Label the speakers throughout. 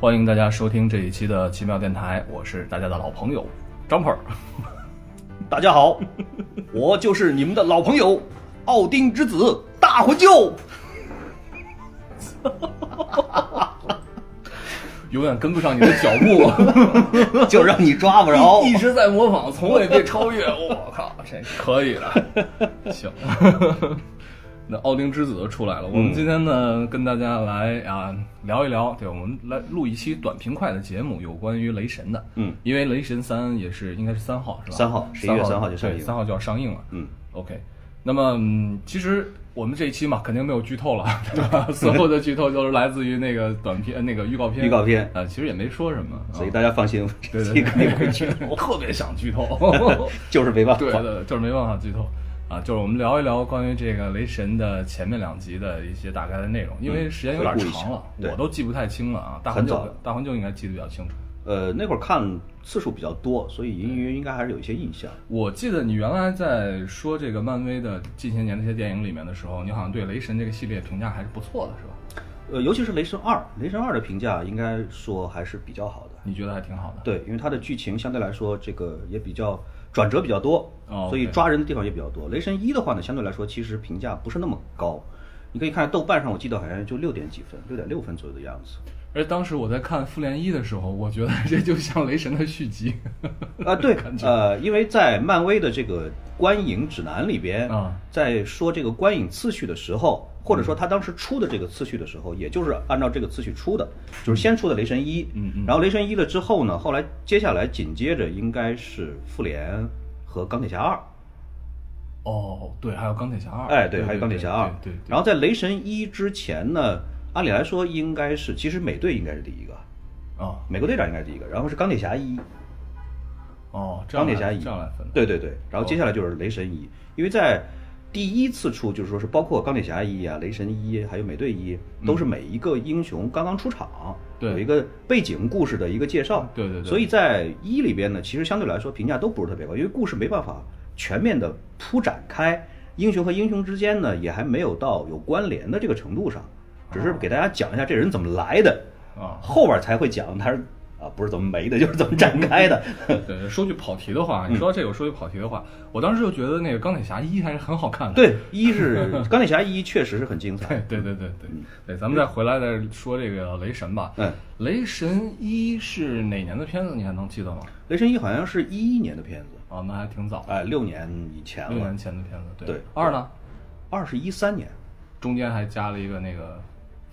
Speaker 1: 欢迎大家收听这一期的奇妙电台，我是大家的老朋友张鹏。大家 好，我就是你们的老朋友奥丁之子大魂 舅。永远跟不上你的脚步，
Speaker 2: 就让你抓不着。
Speaker 1: 一直在模仿，从未被超越。我靠，这可以 了，行。那奥丁之子出来了，
Speaker 2: 嗯
Speaker 1: 我们今天呢，跟大家来啊聊一聊，对，我们来录一期短平快的节目，有关于雷神的，
Speaker 2: 嗯，
Speaker 1: 因为雷神三也是应该是三号是吧？
Speaker 2: 3号11月3号就上映了
Speaker 1: 三号就要上映了，
Speaker 2: 嗯
Speaker 1: ，OK。那么、嗯其实我们这一期嘛，肯定没有剧透了，对 吧？所有的剧透都是来自于那个短片、呃那个预告片、
Speaker 2: 预告片
Speaker 1: 啊，其实也没说什么，啊
Speaker 2: 所以大家放心，
Speaker 1: 对
Speaker 2: 这
Speaker 1: 对对，
Speaker 2: 期肯定会去，
Speaker 1: 我特别想剧透，
Speaker 2: 就是没办法
Speaker 1: 对。对，就是没办法剧透啊，就是我们聊一聊关于这个雷神的前面两集的一些大概的内容，因为时间有点
Speaker 2: 嗯回顾一下
Speaker 1: 长了，
Speaker 2: 对
Speaker 1: 我都记不太清了啊。大
Speaker 2: 很
Speaker 1: 环
Speaker 2: 早
Speaker 1: 就大环就应该记得比较清楚。
Speaker 2: 呃，那会儿看次数比较多，所以隐隐约应该还是有一些印象。
Speaker 1: 我记得你原来在说这个漫威的近些年那些电影里面的时候，你好像对雷神这个系列评价还是不错的，是吧？
Speaker 2: 呃，尤其是《雷神二》，《雷神二》的评价应该说还是比较好的。
Speaker 1: 你觉得还挺好的。
Speaker 2: 对，因为它的剧情相对来说，这个也比较转折比较多，
Speaker 1: 哦
Speaker 2: 所以
Speaker 1: OK
Speaker 2: 抓人的地方也比较多。雷神一的话呢，相对来说其实评价不是那么高，你可以看豆瓣上，我记得好像就六点几分，六点六分左右的样子。
Speaker 1: 而当时我在看《复联一》的时候，我觉得这就像雷神的续集。
Speaker 2: 啊，对，呃，因为在漫威的这个观影指南里边
Speaker 1: 啊
Speaker 2: 在说这个观影次序的时候，或者说他当时出的这个次序的时候，也就是按照这个次序出的，就是先出的雷神一，
Speaker 1: 嗯嗯
Speaker 2: 然后雷神一了之后呢，后来接下来紧接着应该是复联和钢铁侠二，
Speaker 1: 哦，对，还有钢铁侠二。
Speaker 2: 哎，对，还有钢铁侠二，
Speaker 1: 对对。对
Speaker 2: 然后在雷神一之前呢，按理来说应该是，其实美队应该是第一个，
Speaker 1: 啊，
Speaker 2: 美国队长应该是第一个，然后是钢铁侠一，
Speaker 1: 哦，这
Speaker 2: 钢
Speaker 1: 样
Speaker 2: 铁
Speaker 1: 来
Speaker 2: 侠一
Speaker 1: 这样来分的。
Speaker 2: 对对对，然后接下来就是雷神一，因为在第一次出，就是说是包括钢铁侠一啊、雷神一，还有美队一，都是每一个英雄刚刚出场，
Speaker 1: 嗯对
Speaker 2: 有一个背景故事的一个介绍，
Speaker 1: 对对对
Speaker 2: 所以在一里边呢，其实相对来说评价都不是特别高，因为故事没办法全面的铺展开，英雄和英雄之间呢也还没有到有关联的这个程度上，只
Speaker 1: 哦
Speaker 2: 是给大家讲一下这人怎么来的，
Speaker 1: 啊，
Speaker 2: 后边才会讲他是啊不是怎么没的，就是怎么展开的。
Speaker 1: 对，说句跑题的话，你说到这个，说句跑题的话，我当时就觉得那个钢铁侠一还是很好看的。
Speaker 2: 对，一是钢铁侠一确实是很精彩。
Speaker 1: 对对对对对，咱们再回来再说这个雷神吧。
Speaker 2: 嗯，
Speaker 1: 雷神一是哪年的片子？你还能记得吗？
Speaker 2: 雷神一好像是一一年的片子，
Speaker 1: 啊，那还挺早，
Speaker 2: 哎，六年以前
Speaker 1: 六
Speaker 2: 了
Speaker 1: 年，前的片子。
Speaker 2: 对
Speaker 1: 二呢，
Speaker 2: 二是一三年。
Speaker 1: 中间还加了一个那个《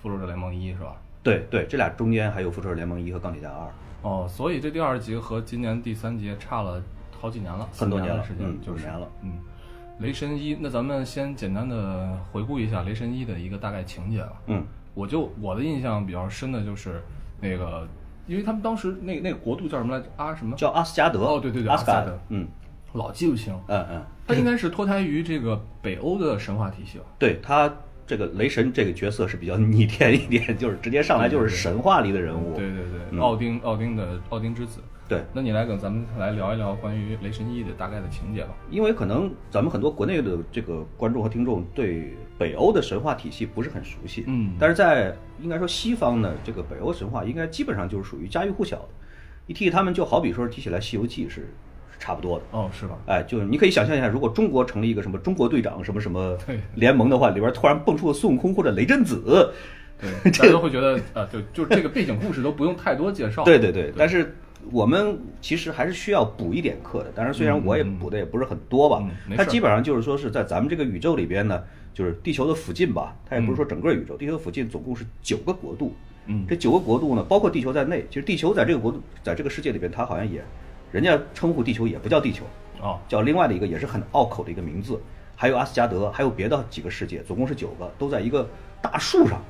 Speaker 1: 复仇者联盟一》，是吧？
Speaker 2: 对对，这俩中间还有复仇者联盟一和钢铁侠二，
Speaker 1: 哦，所以这第二集和今年第三集差了好几年了，
Speaker 2: 很多
Speaker 1: 四年
Speaker 2: 年了
Speaker 1: 的时，间，
Speaker 2: 嗯，
Speaker 1: 就
Speaker 2: 九
Speaker 1: 是
Speaker 2: 年了。
Speaker 1: 嗯，雷神一，那咱们先简单的回顾一下雷神一的一个大概情节吧。
Speaker 2: 嗯，
Speaker 1: 我就我的印象比较深的就是那个，因为他们当时那那个国度叫什么来着？啊什么？
Speaker 2: 叫阿斯加德。
Speaker 1: 哦对对对
Speaker 2: 阿斯加
Speaker 1: 阿斯加德
Speaker 2: 嗯
Speaker 1: 老记不清。
Speaker 2: 嗯嗯，
Speaker 1: 它应该是脱胎于这个北欧的神话体系吧？
Speaker 2: 对他这个雷神这个角色是比较 逆天一点，就是直接上来就是神话里的人物。
Speaker 1: 对对对，
Speaker 2: 嗯
Speaker 1: 奥丁奥丁的奥丁之子。
Speaker 2: 对，
Speaker 1: 那你来跟咱们来聊一聊关于雷神一的大概的情节吧。
Speaker 2: 因为可能咱们很多国内的这个观众和听众对北欧的神话体系不是很熟悉，
Speaker 1: 嗯
Speaker 2: 但是在应该说西方呢，这个北欧神话应该基本上就是属于家喻户晓的，一提起他们就好比说提起来《西游记》是是差不多的。
Speaker 1: 哦，是吧？
Speaker 2: 哎，就是你可以想象一下，如果中国成立一个什么中国队长什么什么
Speaker 1: 对
Speaker 2: 联盟的话，里边突然蹦出个孙悟空或者雷震子，
Speaker 1: 对，大家都会觉得啊，就就这个背景故事都不用太多介绍。
Speaker 2: 对对对，但是我们其实还是需要补一点课的。当然，虽然我也补的也不是很多吧
Speaker 1: 嗯没，事
Speaker 2: 它
Speaker 1: 儿
Speaker 2: 基本上就是说是在咱们这个宇宙里边呢，就是地球的附近吧，它也不是说整个宇宙，地球附近总共是九个国度。
Speaker 1: 嗯
Speaker 2: 这九个国度呢，包括地球在内，其实地球在这个国度，在这个世界里边，它好像也，人家称呼地球也不叫地球，
Speaker 1: 哦，
Speaker 2: 叫另外的一个也是很拗口的一个名字。还有阿斯加德，还有别的几个世界，总共是九个，都在一个大树上。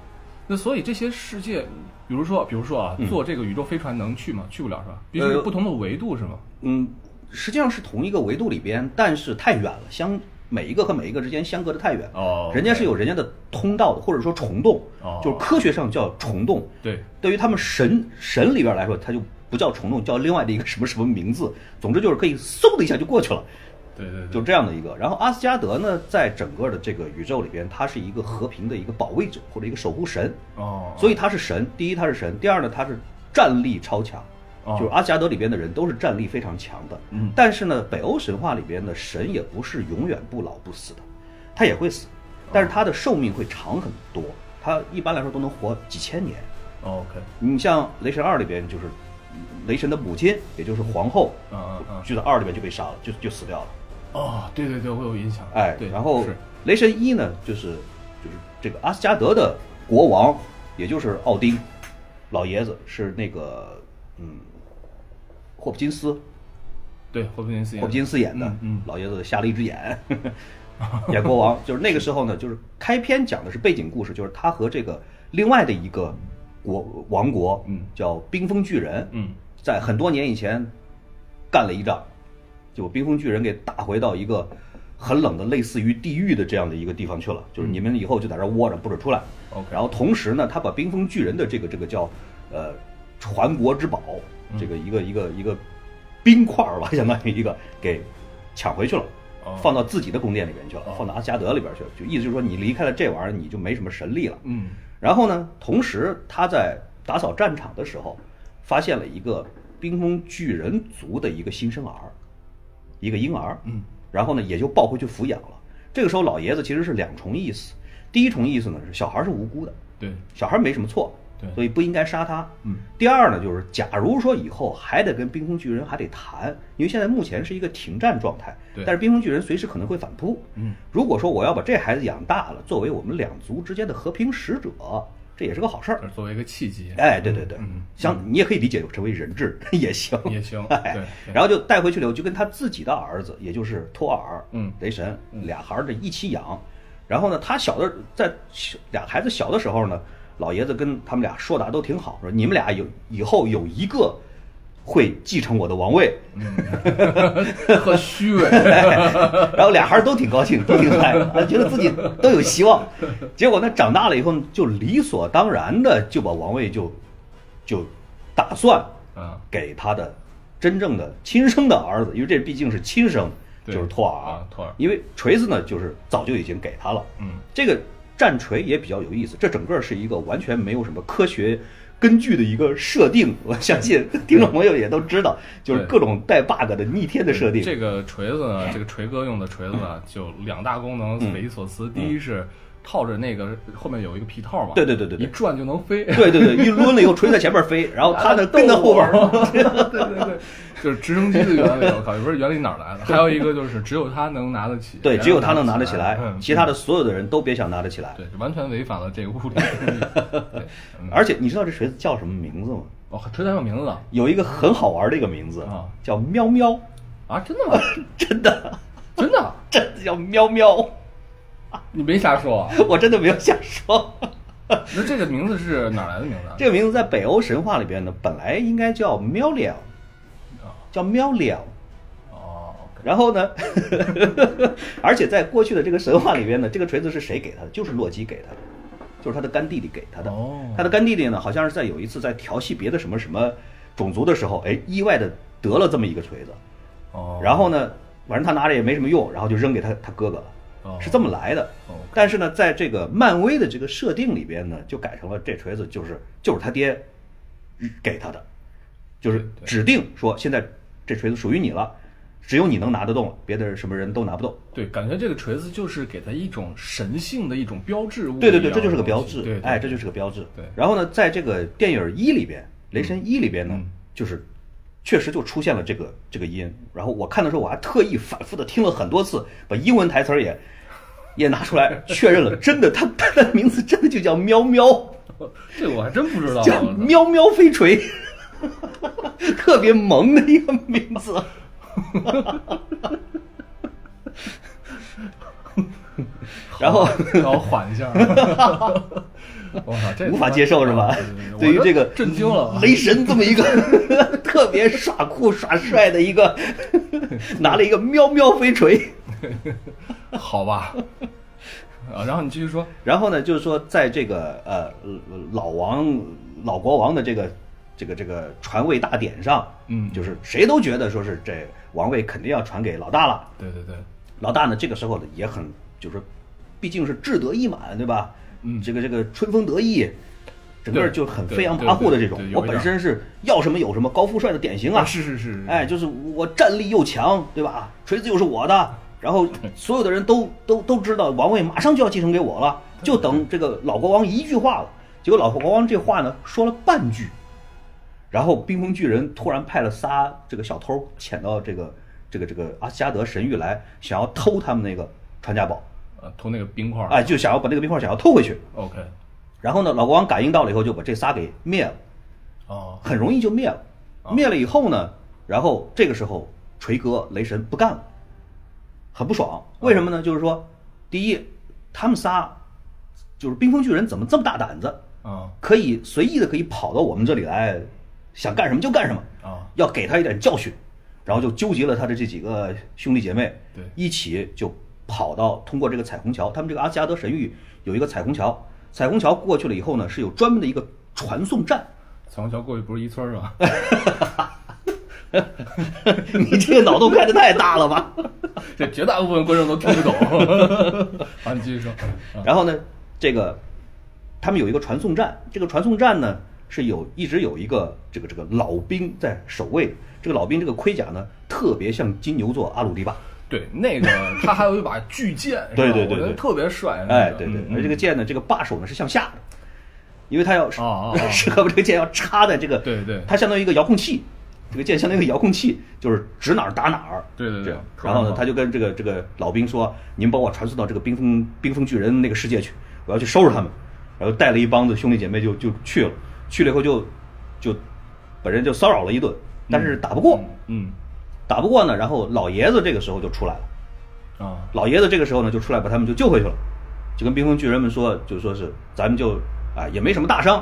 Speaker 1: 那所以这些世界，比如说，比如说啊，
Speaker 2: 嗯
Speaker 1: 坐这个宇宙飞船能去吗？去不了是吧？必须
Speaker 2: 呃
Speaker 1: 是不同的维度是吗？
Speaker 2: 嗯，实际上是同一个维度里边，但是太远了，相每一个和每一个之间相隔的太远。
Speaker 1: 哦
Speaker 2: 人家是有人家的通道的，或者说虫洞，
Speaker 1: 哦
Speaker 2: 就是科学上叫虫洞。
Speaker 1: 对，
Speaker 2: 对于他们神神里边来说，它就不叫虫洞，叫另外的一个什么什么名字。总之就是可以嗖的一下就过去了，
Speaker 1: 对对对，
Speaker 2: 就这样的一个。然后阿斯加德呢，在整个的这个宇宙里边，他是一个和平的一个保卫者或者一个守护神。
Speaker 1: 哦，
Speaker 2: 所以他是神，第一他是神，第二呢他是战力超强，
Speaker 1: 哦
Speaker 2: 就是阿加德里边的人都是战力非常强的。
Speaker 1: 嗯
Speaker 2: 但是呢，北欧神话里边的神也不是永远不老不死的，他也会死，
Speaker 1: 哦
Speaker 2: 但是他的寿命会长很多，他一般来说都能活几千年。
Speaker 1: ，OK，
Speaker 2: 你像《雷神二》里边就是，雷神的母亲，也就是皇后，
Speaker 1: 嗯嗯嗯，
Speaker 2: 就在二里边就被杀了，就就死掉了。
Speaker 1: 哦，对对对，我有印象，
Speaker 2: 哎，
Speaker 1: 对，
Speaker 2: 然后
Speaker 1: 是，
Speaker 2: 雷神一呢，就是就是这个阿斯加德的国王，也就是奥丁老爷子，是那个嗯霍普金斯
Speaker 1: 对，霍普金斯演的，
Speaker 2: 霍普金斯演的，
Speaker 1: 嗯嗯
Speaker 2: 老爷子瞎了一只眼， 演 国王。就是那个时候呢，就是开篇讲的是背景故事，就是他和这个另外的一个国王国，
Speaker 1: 嗯
Speaker 2: 叫冰封巨人，
Speaker 1: 嗯
Speaker 2: 在很多年以前干了一仗，就把冰封巨人给打回到一个很冷的类似于地狱的这样的一个地方去了，就是你们以后就在这儿窝着不准出来。
Speaker 1: OK
Speaker 2: 然后同时呢，他把冰封巨人的这个这个叫呃传国之宝，这
Speaker 1: 嗯
Speaker 2: 个一个一个一个冰块儿吧，相当于一个给抢回去了
Speaker 1: 哦。
Speaker 2: 放到自己的宫殿里面去了
Speaker 1: 哦，
Speaker 2: 放到阿斯加德里边去了，就意思就是说你离开了这玩意儿，你就没什么神力了。
Speaker 1: 嗯，
Speaker 2: 然后呢，同时他在打扫战场的时候，发现了一个冰封巨人族的一个新生儿，一个婴儿。
Speaker 1: 嗯，
Speaker 2: 然后呢，也就抱回去抚养了。这个时候，老爷子其实是两重意思。第一重意思呢是小孩是无辜的，
Speaker 1: 对，
Speaker 2: 小孩没什么错，
Speaker 1: 对
Speaker 2: 所以不应该杀他。
Speaker 1: 嗯，
Speaker 2: 第二呢，就是假如说以后还得跟冰封巨人还得谈，因为现在目前是一个停战状态，
Speaker 1: 对
Speaker 2: 但是冰封巨人随时可能会反扑。
Speaker 1: 嗯，
Speaker 2: 如果说我要把这孩子养大了，作为我们两族之间的和平使者，这也是个好事儿
Speaker 1: 这。是作为一个契机，
Speaker 2: 哎，对对对，
Speaker 1: 嗯嗯
Speaker 2: 像你也可以理解成为人质 也行。
Speaker 1: 也行，
Speaker 2: 哎
Speaker 1: 对，对
Speaker 2: 然后就带回去了，就跟他自己的儿子，也就是托尔，
Speaker 1: 嗯
Speaker 2: 雷神俩孩儿的一起养。然后呢，他小的在俩孩子小的时候呢，老爷子跟他们俩说的都挺好，说你们俩有以后有一个会继承我的王 位，
Speaker 1: 很虚伪，
Speaker 2: 然后俩孩儿都挺高兴，都挺嗨的，啊觉得自己都有希望。结果呢，长大了以后呢就理所当然的就把王位就就打算
Speaker 1: 啊，
Speaker 2: 给他的真正的亲生的儿子，因为这毕竟是亲生，就
Speaker 1: 对
Speaker 2: 是托尔。
Speaker 1: 啊托尔
Speaker 2: 因为锤子呢，就是早就已经给他了。
Speaker 1: 嗯，
Speaker 2: 这个战锤也比较有意思，这整个是一个完全没有什么科学根据的一个设定，我相信 听众朋友也都知道，就是
Speaker 1: 对
Speaker 2: 各种带 bug 的逆天的设定。
Speaker 1: 这个锤子呢，这个锤哥用的锤子啊，就两大功能匪夷所思。第一是套着那个后面有一个皮套嘛，
Speaker 2: 对对对对对
Speaker 1: 一转就能飞。
Speaker 2: 对对对，一抡了以后锤在前面飞，然后他呢跟在后边儿。
Speaker 1: 对对对，就是直升机的原理，我靠，也不知道原理哪儿来的。还有一个就是只有他能拿得起，
Speaker 2: 对，
Speaker 1: 别人
Speaker 2: 只有他能拿得起来
Speaker 1: 嗯，
Speaker 2: 其他的所有的人都别想拿得起来。
Speaker 1: 对，完全违反了这个物理定律。对，嗯
Speaker 2: 而且你知道这锤子叫什么名字吗？
Speaker 1: 哦，锤子还有名字呢
Speaker 2: 有一个很好玩的一个名字
Speaker 1: 啊，
Speaker 2: 叫喵喵，
Speaker 1: 啊？真的吗？
Speaker 2: 真的，
Speaker 1: 真的？
Speaker 2: 真的叫喵喵，
Speaker 1: 你没瞎说啊？
Speaker 2: 我真的没有瞎说。
Speaker 1: 那这个名字是哪儿来的名字啊？
Speaker 2: 这个名字在北欧神话里边呢，本来应该叫喵了，
Speaker 1: 啊
Speaker 2: 叫喵了。
Speaker 1: 哦，OK，
Speaker 2: 然后呢， 而且在过去的这个神话里边呢，这个锤子是谁给他的？就是洛基给他的，就是他的干弟弟给他的。
Speaker 1: 哦
Speaker 2: 他的干弟弟呢，好像是在有一次在调戏别的什么什么种族的时候，哎，意外的得了这么一个锤子。
Speaker 1: 哦，
Speaker 2: 然后呢，反正他拿着也没什么用，然后就扔给他他哥哥了，
Speaker 1: 哦
Speaker 2: 是这么来的。
Speaker 1: 哦，OK
Speaker 2: 但是呢，在这个漫威的这个设定里边呢，就改成了这锤子就是就是他爹给他的，就是
Speaker 1: 对对
Speaker 2: 指定说现在这锤子属于你了，只有你能拿得动，别的什么人都拿不动。
Speaker 1: 对，感觉这个锤子就是给他一种神性的一种标志物一样的东西。
Speaker 2: 对对对，这就是个标志，
Speaker 1: 对，对
Speaker 2: 哎，这就是个标志。
Speaker 1: 对嗯
Speaker 2: 然后呢，在这个电影一里边，《雷神一》里边呢，就是确实就出现了这个这个音。然后我看的时候，我还特意反复的听了很多次，把英文台词儿也也拿出来确认了，真的，他他的名字真的就叫喵喵，
Speaker 1: 这个我还真不知道。
Speaker 2: 叫
Speaker 1: 我操
Speaker 2: 喵喵飞锤， 特别萌的一个名字。然后
Speaker 1: 然后缓一下， 我靠，这啊
Speaker 2: 无法接受是吧
Speaker 1: 对？
Speaker 2: 对于
Speaker 1: 我
Speaker 2: 这个
Speaker 1: 震惊了，啊
Speaker 2: 雷神这么一个 特别耍酷耍帅的一个， 拿了一个喵喵飞锤。
Speaker 1: 好吧？啊，然后你继续说，
Speaker 2: 然后呢，就是说在这个呃老王老国王的这个这个这个传位大典上，
Speaker 1: 嗯
Speaker 2: 就是谁都觉得说是这王位肯定要传给老大了。
Speaker 1: 对对对，
Speaker 2: 老大呢，这个时候呢也很就是，毕竟是志得意满，对吧？
Speaker 1: 嗯
Speaker 2: 这个这个春风得意，整个
Speaker 1: 对
Speaker 2: 就很
Speaker 1: 对
Speaker 2: 飞扬
Speaker 1: 对
Speaker 2: 跋扈的这
Speaker 1: 对
Speaker 2: 种
Speaker 1: 对。有
Speaker 2: 我
Speaker 1: 一
Speaker 2: 本
Speaker 1: 点
Speaker 2: 身是要什么有什么，高富帅的典型啊。
Speaker 1: 是是是，是
Speaker 2: 哎，，就是我战力又强，对吧？啊锤子又是我的，然后所有的人都都都知道王位马上就要继承给我了，就等这个老国王一句话了。结果老国王这话呢说了半句，然后冰封巨人突然派了仨这个小偷潜到这个这个这个阿斯加德神域来，想要偷他们那个传家宝，
Speaker 1: 呃，偷那个冰块儿，
Speaker 2: 哎，就想要把那个冰块想要偷回去。
Speaker 1: ，OK，
Speaker 2: 然后呢，老国王感应到了以后，就把这仨给灭了。
Speaker 1: 哦，
Speaker 2: 很容易就灭了。灭了以后呢，然后这个时候锤哥雷神不干了，很不爽。为什么呢？就是说，第一，他们仨就是冰封巨人怎么这么大胆子，
Speaker 1: 啊
Speaker 2: 可以随意的可以跑到我们这里来，想干什么就干什么，
Speaker 1: 啊，
Speaker 2: 要给他一点教训。然后就纠集了他的这几个兄弟姐妹，
Speaker 1: 对
Speaker 2: 一起就跑到通过这个彩虹桥，他们这个阿斯加德神域有一个彩虹桥，彩虹桥过去了以后呢，是有专门的一个传送站，
Speaker 1: 彩虹桥过去不是一村儿是吧？
Speaker 2: 你这个脑洞开的太大了吧？
Speaker 1: 这绝大部分观众都听不懂。 好，你继续说。啊
Speaker 2: 然后呢，这个他们有一个传送站，这个传送站呢是有一直有一个这个这个老兵在守卫的。这个老兵这个盔甲呢，特别像金牛座阿鲁迪巴，
Speaker 1: 对，那个他还有一把巨剑，是吧
Speaker 2: 对对对对
Speaker 1: 我觉得特别帅。那
Speaker 2: 哎，
Speaker 1: 个
Speaker 2: 对对，
Speaker 1: 嗯
Speaker 2: 而这个剑呢，这个把手呢是向下的，因为它要是
Speaker 1: 哦哦哦
Speaker 2: 是和这个剑要插在这个，
Speaker 1: 对对
Speaker 2: 它相当于一个遥控器，这个剑相当于一个遥控器，就是指哪儿打哪儿，
Speaker 1: 对对对
Speaker 2: 这样
Speaker 1: 特别
Speaker 2: 然后呢
Speaker 1: 好，
Speaker 2: 他就跟这个这个老兵说：“您把我传送到这个冰封冰封巨人那个世界去，我要去收拾他们。”然后带了一帮子兄弟姐妹就就去了，去了以后就就把人就骚扰了一顿，但是打不过，
Speaker 1: 嗯
Speaker 2: 打不过呢，然后老爷子这个时候就出来了。
Speaker 1: 啊
Speaker 2: 老爷子这个时候呢，就出来把他们就救回去了，就跟冰封巨人们说，就说是咱们就啊、也没什么大伤，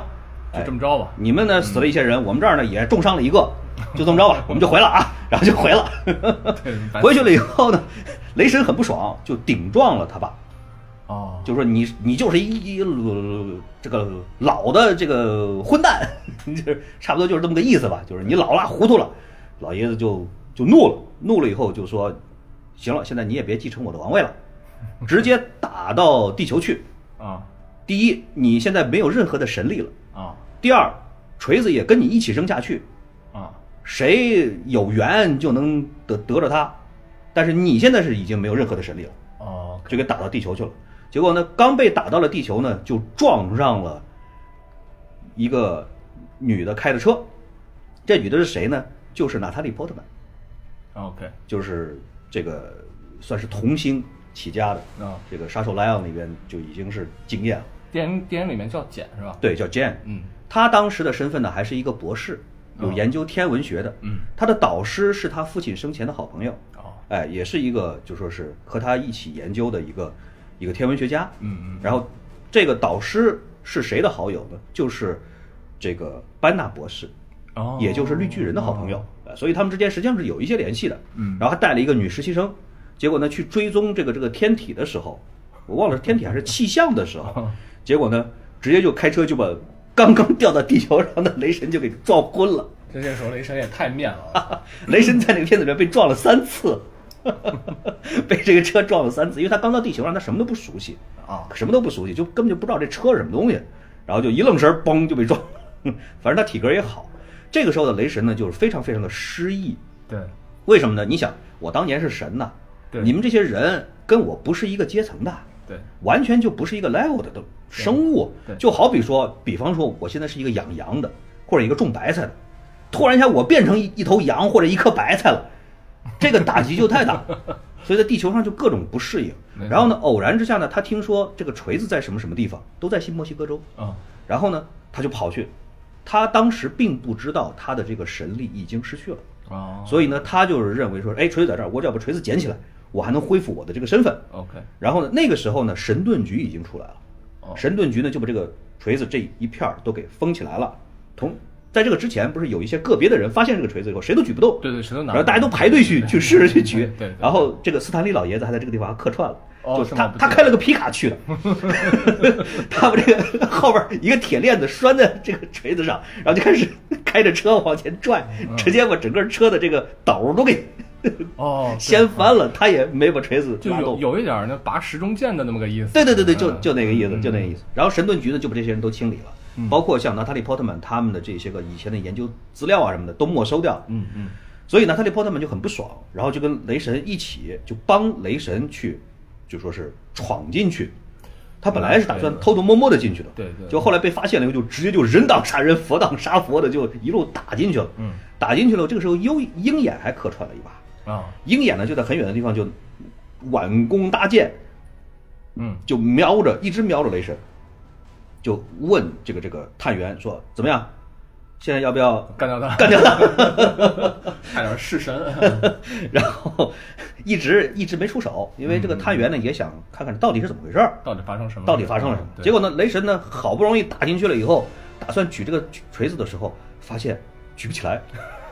Speaker 1: 就
Speaker 2: 哎
Speaker 1: 这么着嗯吧
Speaker 2: 你们呢死了一些人，我们这儿呢也重伤了 一个，就这么着吧，我们就回了啊， 然后就回了
Speaker 1: 对。反
Speaker 2: 回去了以后呢，雷神很不爽，就顶撞了他爸，
Speaker 1: 哦，
Speaker 2: 就说你你就是一一呃这个老的这个混蛋， 就是差不多就是这么个意思吧，就是你老了糊涂了，老爷子就就怒了，怒了以后就说，行了，现在你也别继承我的王位了，直接打到地球去。
Speaker 1: 啊
Speaker 2: 第一，你现在没有任何的神力了；
Speaker 1: 啊
Speaker 2: 第二，锤子也跟你一起扔下去，
Speaker 1: 啊
Speaker 2: 谁有缘就能得得着他，但是你现在是已经没有任何的神力了。
Speaker 1: 哦，
Speaker 2: 就给打到地球去了。结果呢，刚被打到了地球呢，就撞上了一个女的开的车。这女的是谁呢？就是娜塔莉·波特曼，
Speaker 1: OK
Speaker 2: 就是这个算是童星起家的。
Speaker 1: 啊，
Speaker 2: 这个《杀手莱昂》里边就已经是经验了，
Speaker 1: 电影电影里面叫简是吧？
Speaker 2: 对，叫 Jane。
Speaker 1: 嗯
Speaker 2: 她当时的身份呢，还是一个博士，有研究天文学的。
Speaker 1: 啊嗯
Speaker 2: 她的导师是她父亲生前的好朋友，
Speaker 1: 哦
Speaker 2: 哎，也是一个就说是和她一起研究的一个一个天文学家。
Speaker 1: 嗯
Speaker 2: 然后这个导师是谁的好友呢？就是这个班纳博士，
Speaker 1: 嗯哦，
Speaker 2: 也就是绿巨人的好朋友，呃所以他们之间实际上是有一些联系的。
Speaker 1: 嗯
Speaker 2: 然后还带了一个女实习生，结果呢去追踪这个这个天体的时候，我忘了是天体还是气象的时
Speaker 1: 哦
Speaker 2: 候，结果呢直接就开车就把刚刚掉到地球上的雷神就给撞昏了。
Speaker 1: 这这时候雷神也太面了啊，
Speaker 2: 雷神在那个片子里面被撞了三次， 被这个车撞了三次，因为他刚到地球上，他什么都不熟悉
Speaker 1: 啊，
Speaker 2: 什么都不熟悉，就根本就不知道这车是什么东西，然后就一愣神儿，嘣就被撞。 反正他体格也好，这个时候的雷神呢，就是非常非常的失意。
Speaker 1: 对
Speaker 2: 为什么呢？你想，我当年是神呐、
Speaker 1: 对
Speaker 2: 你们这些人跟我不是一个阶层的，
Speaker 1: 对
Speaker 2: 完全就不是一个 level 的都生物
Speaker 1: 对。
Speaker 2: 就好比说，比方说，我现在是一个养羊的，或者一个种白菜的，突然一下我变成一一头羊或者一颗白菜 了，这个打击就太大了。所以在地球上就各种不适
Speaker 1: 没
Speaker 2: 应。
Speaker 1: 错
Speaker 2: 然后呢，偶然之下呢，他听说这个锤子在什么什么地方，都在新墨西哥州。
Speaker 1: 啊
Speaker 2: 然后呢，他就跑去，他当时并不知道他的这个神力已经失去了。
Speaker 1: 啊
Speaker 2: 所以呢，他就是认为说，哎，锤子在这儿，我只要把锤子捡起来，我还能恢复我的这个身份。
Speaker 1: OK
Speaker 2: 然后呢，那个时候呢，神盾局已经出来了，
Speaker 1: 哦
Speaker 2: 神盾局呢就把这个锤子这一片儿都给封起来了。同在这个之前，不是有一些个别的人发现这个锤子以后，谁都举不动，
Speaker 1: 对对谁都拿
Speaker 2: 然
Speaker 1: 不
Speaker 2: 后大家
Speaker 1: 动
Speaker 2: 都排队去去试着去举，
Speaker 1: 对对对
Speaker 2: 然后这个斯坦利老爷子还在这个地方客串了。
Speaker 1: 哦
Speaker 2: 就是他
Speaker 1: 吗不
Speaker 2: 他
Speaker 1: 记得
Speaker 2: 开了个 皮 卡去的，他把这个 后边一个铁链子拴在这个锤子上，然后就开始 开着车往前拽，
Speaker 1: 嗯
Speaker 2: 直接把整个车的这个斗都给
Speaker 1: 哦对
Speaker 2: 掀翻了，他也没把锤子
Speaker 1: 就
Speaker 2: 拉
Speaker 1: 有
Speaker 2: 动。
Speaker 1: 有一点儿那拔时钟剑的那么个意思。
Speaker 2: 对对对对，就就那个意思，
Speaker 1: 嗯
Speaker 2: 就那个意思。然后神盾局呢就把这些人都清理了，
Speaker 1: 嗯
Speaker 2: 包括像娜塔莉·波特曼他们的这些个以前的研究资料啊什么的都没收掉。
Speaker 1: 嗯嗯
Speaker 2: 所以娜塔莉·波特曼就很不爽，然后就跟雷神一起就帮雷神去，就说是闯进去。他本来是打算偷偷摸摸的进去的，
Speaker 1: 对对对
Speaker 2: 就后来被发现了以后，就直接就人挡杀人，佛挡杀佛的，就一路打进去了。
Speaker 1: 嗯，
Speaker 2: 打进去了，这个时候鹰鹰眼还客串了一把，
Speaker 1: 啊
Speaker 2: 鹰眼呢就在很远的地方就挽弓搭箭，
Speaker 1: 嗯
Speaker 2: 就瞄着一直瞄着雷神，就问这个这个探员说怎么样，现在要不要
Speaker 1: 干掉他，干掉 他，差点弑神。
Speaker 2: 然后一直一直没出手，因为这个探员呢也想看看到底是怎么回事儿，
Speaker 1: 到底发生什么？
Speaker 2: 到底发生了什么。
Speaker 1: 嗯对
Speaker 2: 结果呢，雷神呢好不容易打进去了以后，打算举这个锤子的时候，发现举不起来。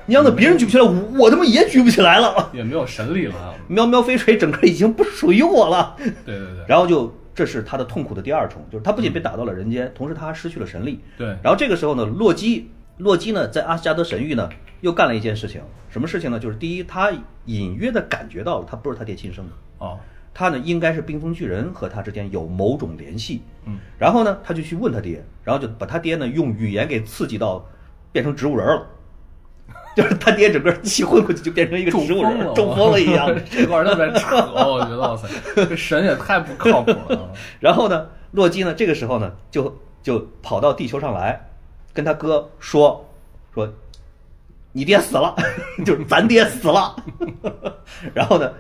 Speaker 2: 你让别人举不起来，我我他妈也举不起来了。
Speaker 1: 也没有神力了啊。
Speaker 2: 喵喵飞锤整个已经不属于我了。
Speaker 1: 对对对，
Speaker 2: 然后就这是他的痛苦的第二重，就是他不仅被打到了人间，同时他还失去了神力。
Speaker 1: 嗯对
Speaker 2: 然后这个时候呢，洛基，洛基呢在阿斯加德神域呢又干了一件事情，什么事情呢？就是第一，他隐约的感觉到他不是他爹亲生的，
Speaker 1: 哦，
Speaker 2: 他呢应该是冰封巨人和他之间有某种联系。
Speaker 1: 嗯，
Speaker 2: 然后呢，他就去问他爹，然后就把他爹呢用语言给刺激到变成植物 人了。就是他爹整个气混过去就变成一个
Speaker 1: 中
Speaker 2: 植物
Speaker 1: 风
Speaker 2: 人
Speaker 1: 了，我，
Speaker 2: 中风了一样。
Speaker 1: 这块儿特别扯，我觉得哇塞，这神也太不靠谱 了。
Speaker 2: 然后呢，洛基呢，这个时候呢，就就跑到地球上来，跟他哥说说，你爹死了， 就是咱爹死了。 然后呢，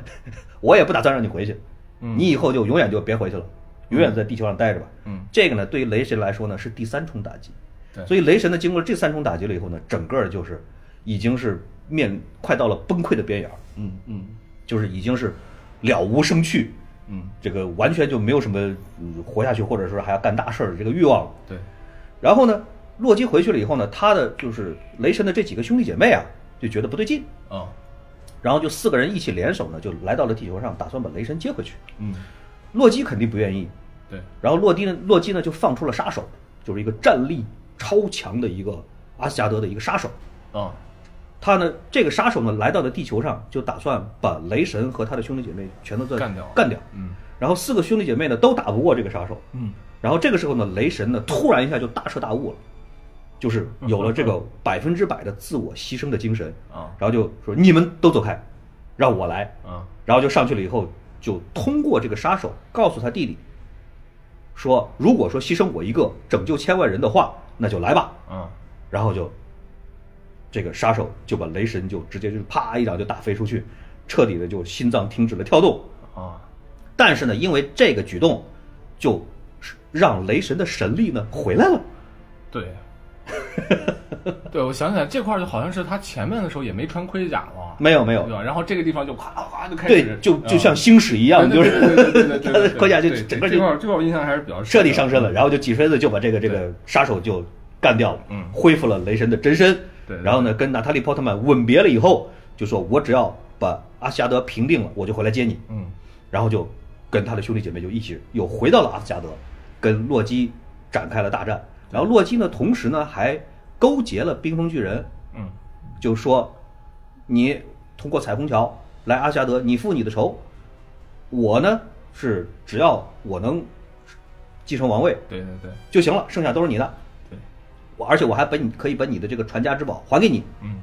Speaker 2: 我也不打算让你回去，
Speaker 1: 嗯
Speaker 2: 你以后就永远就别回去了，永远在地球上待着吧。
Speaker 1: 嗯，
Speaker 2: 这个呢，对于雷神来说呢，是第三重打击。
Speaker 1: 对
Speaker 2: 所以雷神呢，经过这三重打击了以后呢，整个就是已经是面快到了崩溃的边缘儿，
Speaker 1: 嗯嗯
Speaker 2: 就是已经是了无生趣。
Speaker 1: 嗯，
Speaker 2: 这个完全就没有什么嗯活下去，或者说还要干大事儿的这个欲望了。
Speaker 1: 对，
Speaker 2: 然后呢，洛基回去了以后呢，他的就是雷神的这几个兄弟姐妹啊，就觉得不对劲，
Speaker 1: 哦，
Speaker 2: 然后就四个人一起联手呢，就来到了地球上，打算把雷神接回去。
Speaker 1: 嗯，
Speaker 2: 洛基肯定不愿意，
Speaker 1: 对，
Speaker 2: 然后洛基呢，洛基呢就放出了杀手，就是一个战力超强的一个阿斯加德的一个杀手。
Speaker 1: 哦，
Speaker 2: 他呢，这个杀手呢，来到了地球上，就打算把雷神和他的兄弟姐妹全都在
Speaker 1: 干掉
Speaker 2: 干掉。
Speaker 1: 嗯
Speaker 2: 然后四个兄弟姐妹呢，都打不过这个杀手。
Speaker 1: 嗯，
Speaker 2: 然后这个时候呢，雷神呢突然一下就大彻大悟了，就是有了这个百分之百的自我牺牲的精神，
Speaker 1: 啊
Speaker 2: 然后就说你们都走开，让我来，
Speaker 1: 啊，
Speaker 2: 然后就上去了以后，就通过这个杀手告诉他弟弟，说如果说牺牲我一个拯救千万人的话，那就来吧，
Speaker 1: 啊，
Speaker 2: 然后就这个杀手就把雷神就直接就啪一掌就打飞出去，彻底的就心脏停止了跳动，
Speaker 1: 啊，
Speaker 2: 但是呢，因为这个举动，就让雷神的神力呢回来了。
Speaker 1: 对。对，我想起来这块儿就好像是他前面的时候也没穿盔甲嘛，
Speaker 2: 没有没
Speaker 1: 对
Speaker 2: 有，
Speaker 1: 吧？然后这个地方就哗哗就开始，
Speaker 2: 对，就
Speaker 1: 啊
Speaker 2: 就像星矢一样，就
Speaker 1: 对对
Speaker 2: 是
Speaker 1: 对对对 对
Speaker 2: 他
Speaker 1: 对
Speaker 2: 的
Speaker 1: 对，
Speaker 2: 盔甲就
Speaker 1: 对对
Speaker 2: 整个
Speaker 1: 这
Speaker 2: 就
Speaker 1: 块儿这块儿我印象还是比较深
Speaker 2: 彻底
Speaker 1: 的
Speaker 2: 上身了，然后就几锤子就把这个这
Speaker 1: 对
Speaker 2: 个杀手就干掉了，
Speaker 1: 嗯
Speaker 2: 恢复了雷神的真身。
Speaker 1: 对对
Speaker 2: 然后呢，跟娜塔莉·波特曼吻别了以后，就说我只要把阿斯加德平定了，我就回来接你。
Speaker 1: 嗯
Speaker 2: 然后就跟他的兄弟姐妹就一起又回到了阿斯加德，跟洛呃基展开了大战。然后洛基呢，同时呢还勾结了冰封巨人，
Speaker 1: 嗯
Speaker 2: 就说你通过彩虹桥来阿加德，你付你的仇，我呢是只要我能继承王位
Speaker 1: 对对对
Speaker 2: 就行了，剩下都是你的，
Speaker 1: 对，
Speaker 2: 我而且我还把你可以把你的这个传家之宝还给你，
Speaker 1: 嗯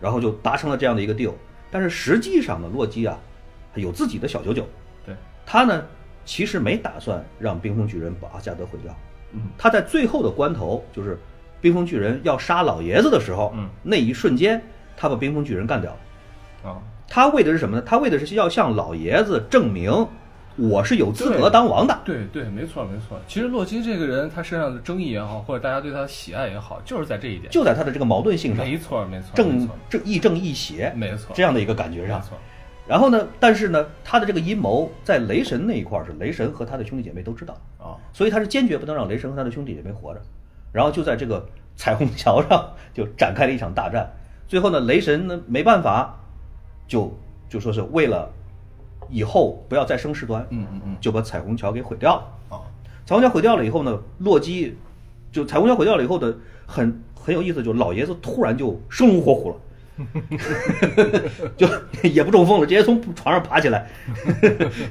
Speaker 2: 然后就达成了这样的一个 deal。但是实际上呢，洛基啊，他有自己的小九九，
Speaker 1: 对，
Speaker 2: 他呢其实没打算让冰封巨人把阿加德毁掉，
Speaker 1: 嗯
Speaker 2: 他在最后的关头，就是冰封巨人要杀老爷子的时候，
Speaker 1: 嗯
Speaker 2: 那一瞬间，他把冰封巨人干掉了。
Speaker 1: 啊，
Speaker 2: 他为的是什么呢？他为的是要向老爷子证明，我是有资格当王的。
Speaker 1: 对对，没错没错。其实洛基这个人，他身上的争议也好，或者大家对他的喜爱也好，就是在这一点。
Speaker 2: 就在他的这个矛盾性上，
Speaker 1: 没错没错，没
Speaker 2: 正
Speaker 1: 错
Speaker 2: 正亦正亦邪
Speaker 1: 没错，
Speaker 2: 这样的一个感觉
Speaker 1: 没
Speaker 2: 上。
Speaker 1: 错，
Speaker 2: 然后呢，但是呢，他的这个阴谋在雷神那一块儿是雷神和他的兄弟姐妹都知道，
Speaker 1: 啊
Speaker 2: 所以他是坚决不能让雷神和他的兄弟姐妹活着。然后就在这个彩虹桥上就展开了一场大战。最后呢，雷神呢没办法，就就说是为了以后不要再生事端，
Speaker 1: 嗯嗯嗯
Speaker 2: 就把彩虹桥给毁掉了。
Speaker 1: 啊
Speaker 2: 彩虹桥毁掉了以后呢，洛基就彩虹桥毁掉了以后的很很有意思，就老爷子突然就生龙活虎了。就也不中风了，直接从床上爬起来，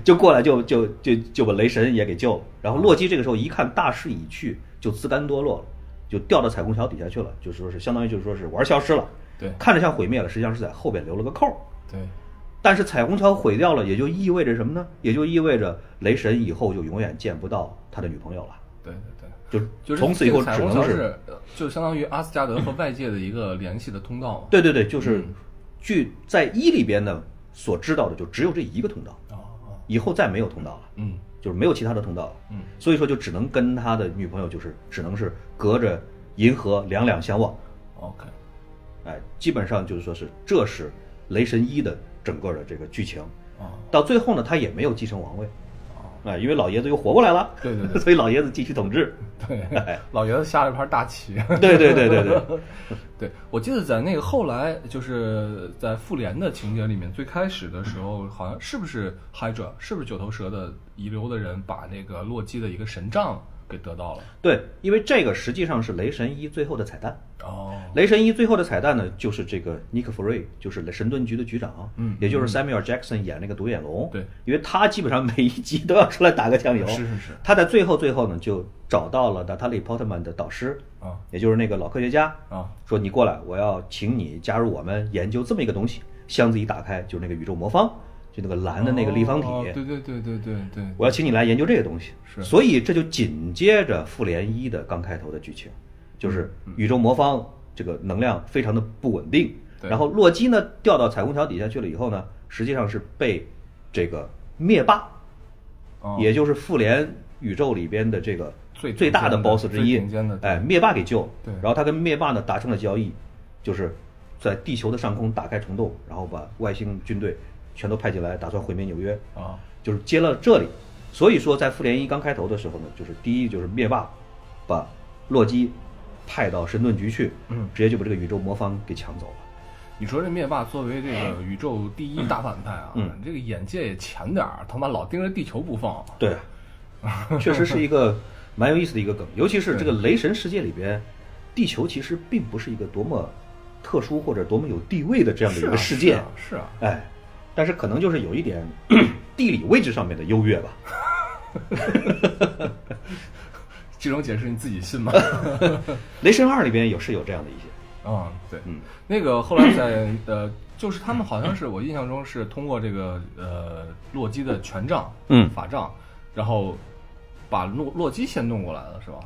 Speaker 2: 就过来就就就就把雷神也给救了。然后洛基这个时候一看大势已去，就自甘堕落了，就掉到彩虹桥底下去了，就说是相当于就是说是玩消失了，
Speaker 1: 对
Speaker 2: 看着像毁灭了，实际上是在后边留了个扣儿。
Speaker 1: 对，
Speaker 2: 但是彩虹桥毁掉了，也就意味着什么呢？也就意味着雷神以后就永远见不到他的女朋友了，
Speaker 1: 对对对。
Speaker 2: 就
Speaker 1: 就是
Speaker 2: 从此以后
Speaker 1: 这个
Speaker 2: 只
Speaker 1: 彩虹
Speaker 2: 能
Speaker 1: 桥是，呃就相当于阿斯加德和外界的一个联系的通道嘛。
Speaker 2: 对对对，
Speaker 1: 嗯
Speaker 2: 就是据在一里边呢所知道的，就只有这一个通道，
Speaker 1: 啊啊，
Speaker 2: 以后再没有通道了，
Speaker 1: 嗯
Speaker 2: 就是没有其他的通道了。
Speaker 1: 嗯，
Speaker 2: 所以说就只能跟他的女朋友就是只能是隔着银河两两相望，
Speaker 1: ，OK，
Speaker 2: 哎，基本上就是说是这是雷神一的整个的这个剧情。
Speaker 1: 啊，
Speaker 2: 到最后呢，他也没有继承王位，
Speaker 1: 哦，
Speaker 2: 哎，因为老爷子又活过来了，
Speaker 1: 对对对
Speaker 2: 所以老爷子继续统治。
Speaker 1: 对，老爷子下了一盘大棋。
Speaker 2: 哎对对对对对，
Speaker 1: 对，我记得在那个后来，就是在复联的情节里面，最开始的时候，好像是不是 Hydra，是不是九头蛇的遗留的人把那个洛基的一个神杖给得到了？
Speaker 2: 对，因为这个实际上是雷神一最后的彩蛋。
Speaker 1: 哦，
Speaker 2: 雷神一最后的彩蛋呢，就是这个尼克弗瑞，就是神盾局的局长，
Speaker 1: 嗯
Speaker 2: 也就是 Samuel Jackson 演那个独眼龙，
Speaker 1: 对，
Speaker 2: 因为他基本上每一集都要出来打个酱油，
Speaker 1: 是是是，
Speaker 2: 他在最后最后呢，就找到了达塔利·波特曼的导师，
Speaker 1: 啊
Speaker 2: 也就是那个老科学家，
Speaker 1: 啊，
Speaker 2: 说你过来，我要请你加入我们研究这么一个东西。箱子一打开，就是那个宇宙魔方，就那个蓝的那个立方体，
Speaker 1: 哦对对对对对对，
Speaker 2: 我要请你来研究这个东西。
Speaker 1: 是
Speaker 2: 所以这就紧接着复联一的刚开头的剧情，就是
Speaker 1: 嗯
Speaker 2: 宇宙魔方这个能量非常的不稳定，
Speaker 1: 对
Speaker 2: 然后洛基呢掉到彩虹桥底下去了以后呢，实际上是被这个灭霸，
Speaker 1: 哦
Speaker 2: 也就是复联宇宙里边的这个
Speaker 1: 最顶尖的
Speaker 2: 最大的 boss 之一
Speaker 1: 最顶尖的，对
Speaker 2: 哎，灭霸给救了。
Speaker 1: 对
Speaker 2: 然后他跟灭霸呢达成了交易，就是在地球的上空打开虫洞，然后把外星军队全都派进来，打算毁灭纽约。
Speaker 1: 啊，
Speaker 2: 就是接了这里。所以说，在复联一刚开头的时候呢，就是第一就是灭霸把洛基派到神盾局去，
Speaker 1: 嗯，
Speaker 2: 直接就把这个宇宙魔方给抢走了。
Speaker 1: 你说这灭霸作为这个宇宙第一大反派啊，
Speaker 2: 嗯
Speaker 1: 这个眼界也浅点儿，他妈老盯着地球不放。
Speaker 2: 对 啊，确实是一个蛮有意思的一个梗，尤其是这个雷神世界里边，地球其实并不是一个多么特殊或者多么有地位的这样的一个世界，
Speaker 1: 是啊是啊，
Speaker 2: 哎，但是可能就是有一点 地理位置上面的优越吧。
Speaker 1: 是啊这种解释你自己信 吗？
Speaker 2: 雷神二里边有是有这样的一些，
Speaker 1: 啊，对，
Speaker 2: 嗯，
Speaker 1: 那个后来在呃，就是他们好像是我印象中是通过这个呃洛基的权杖，
Speaker 2: 嗯
Speaker 1: 法杖，然后把洛洛基先弄过来了，是吧？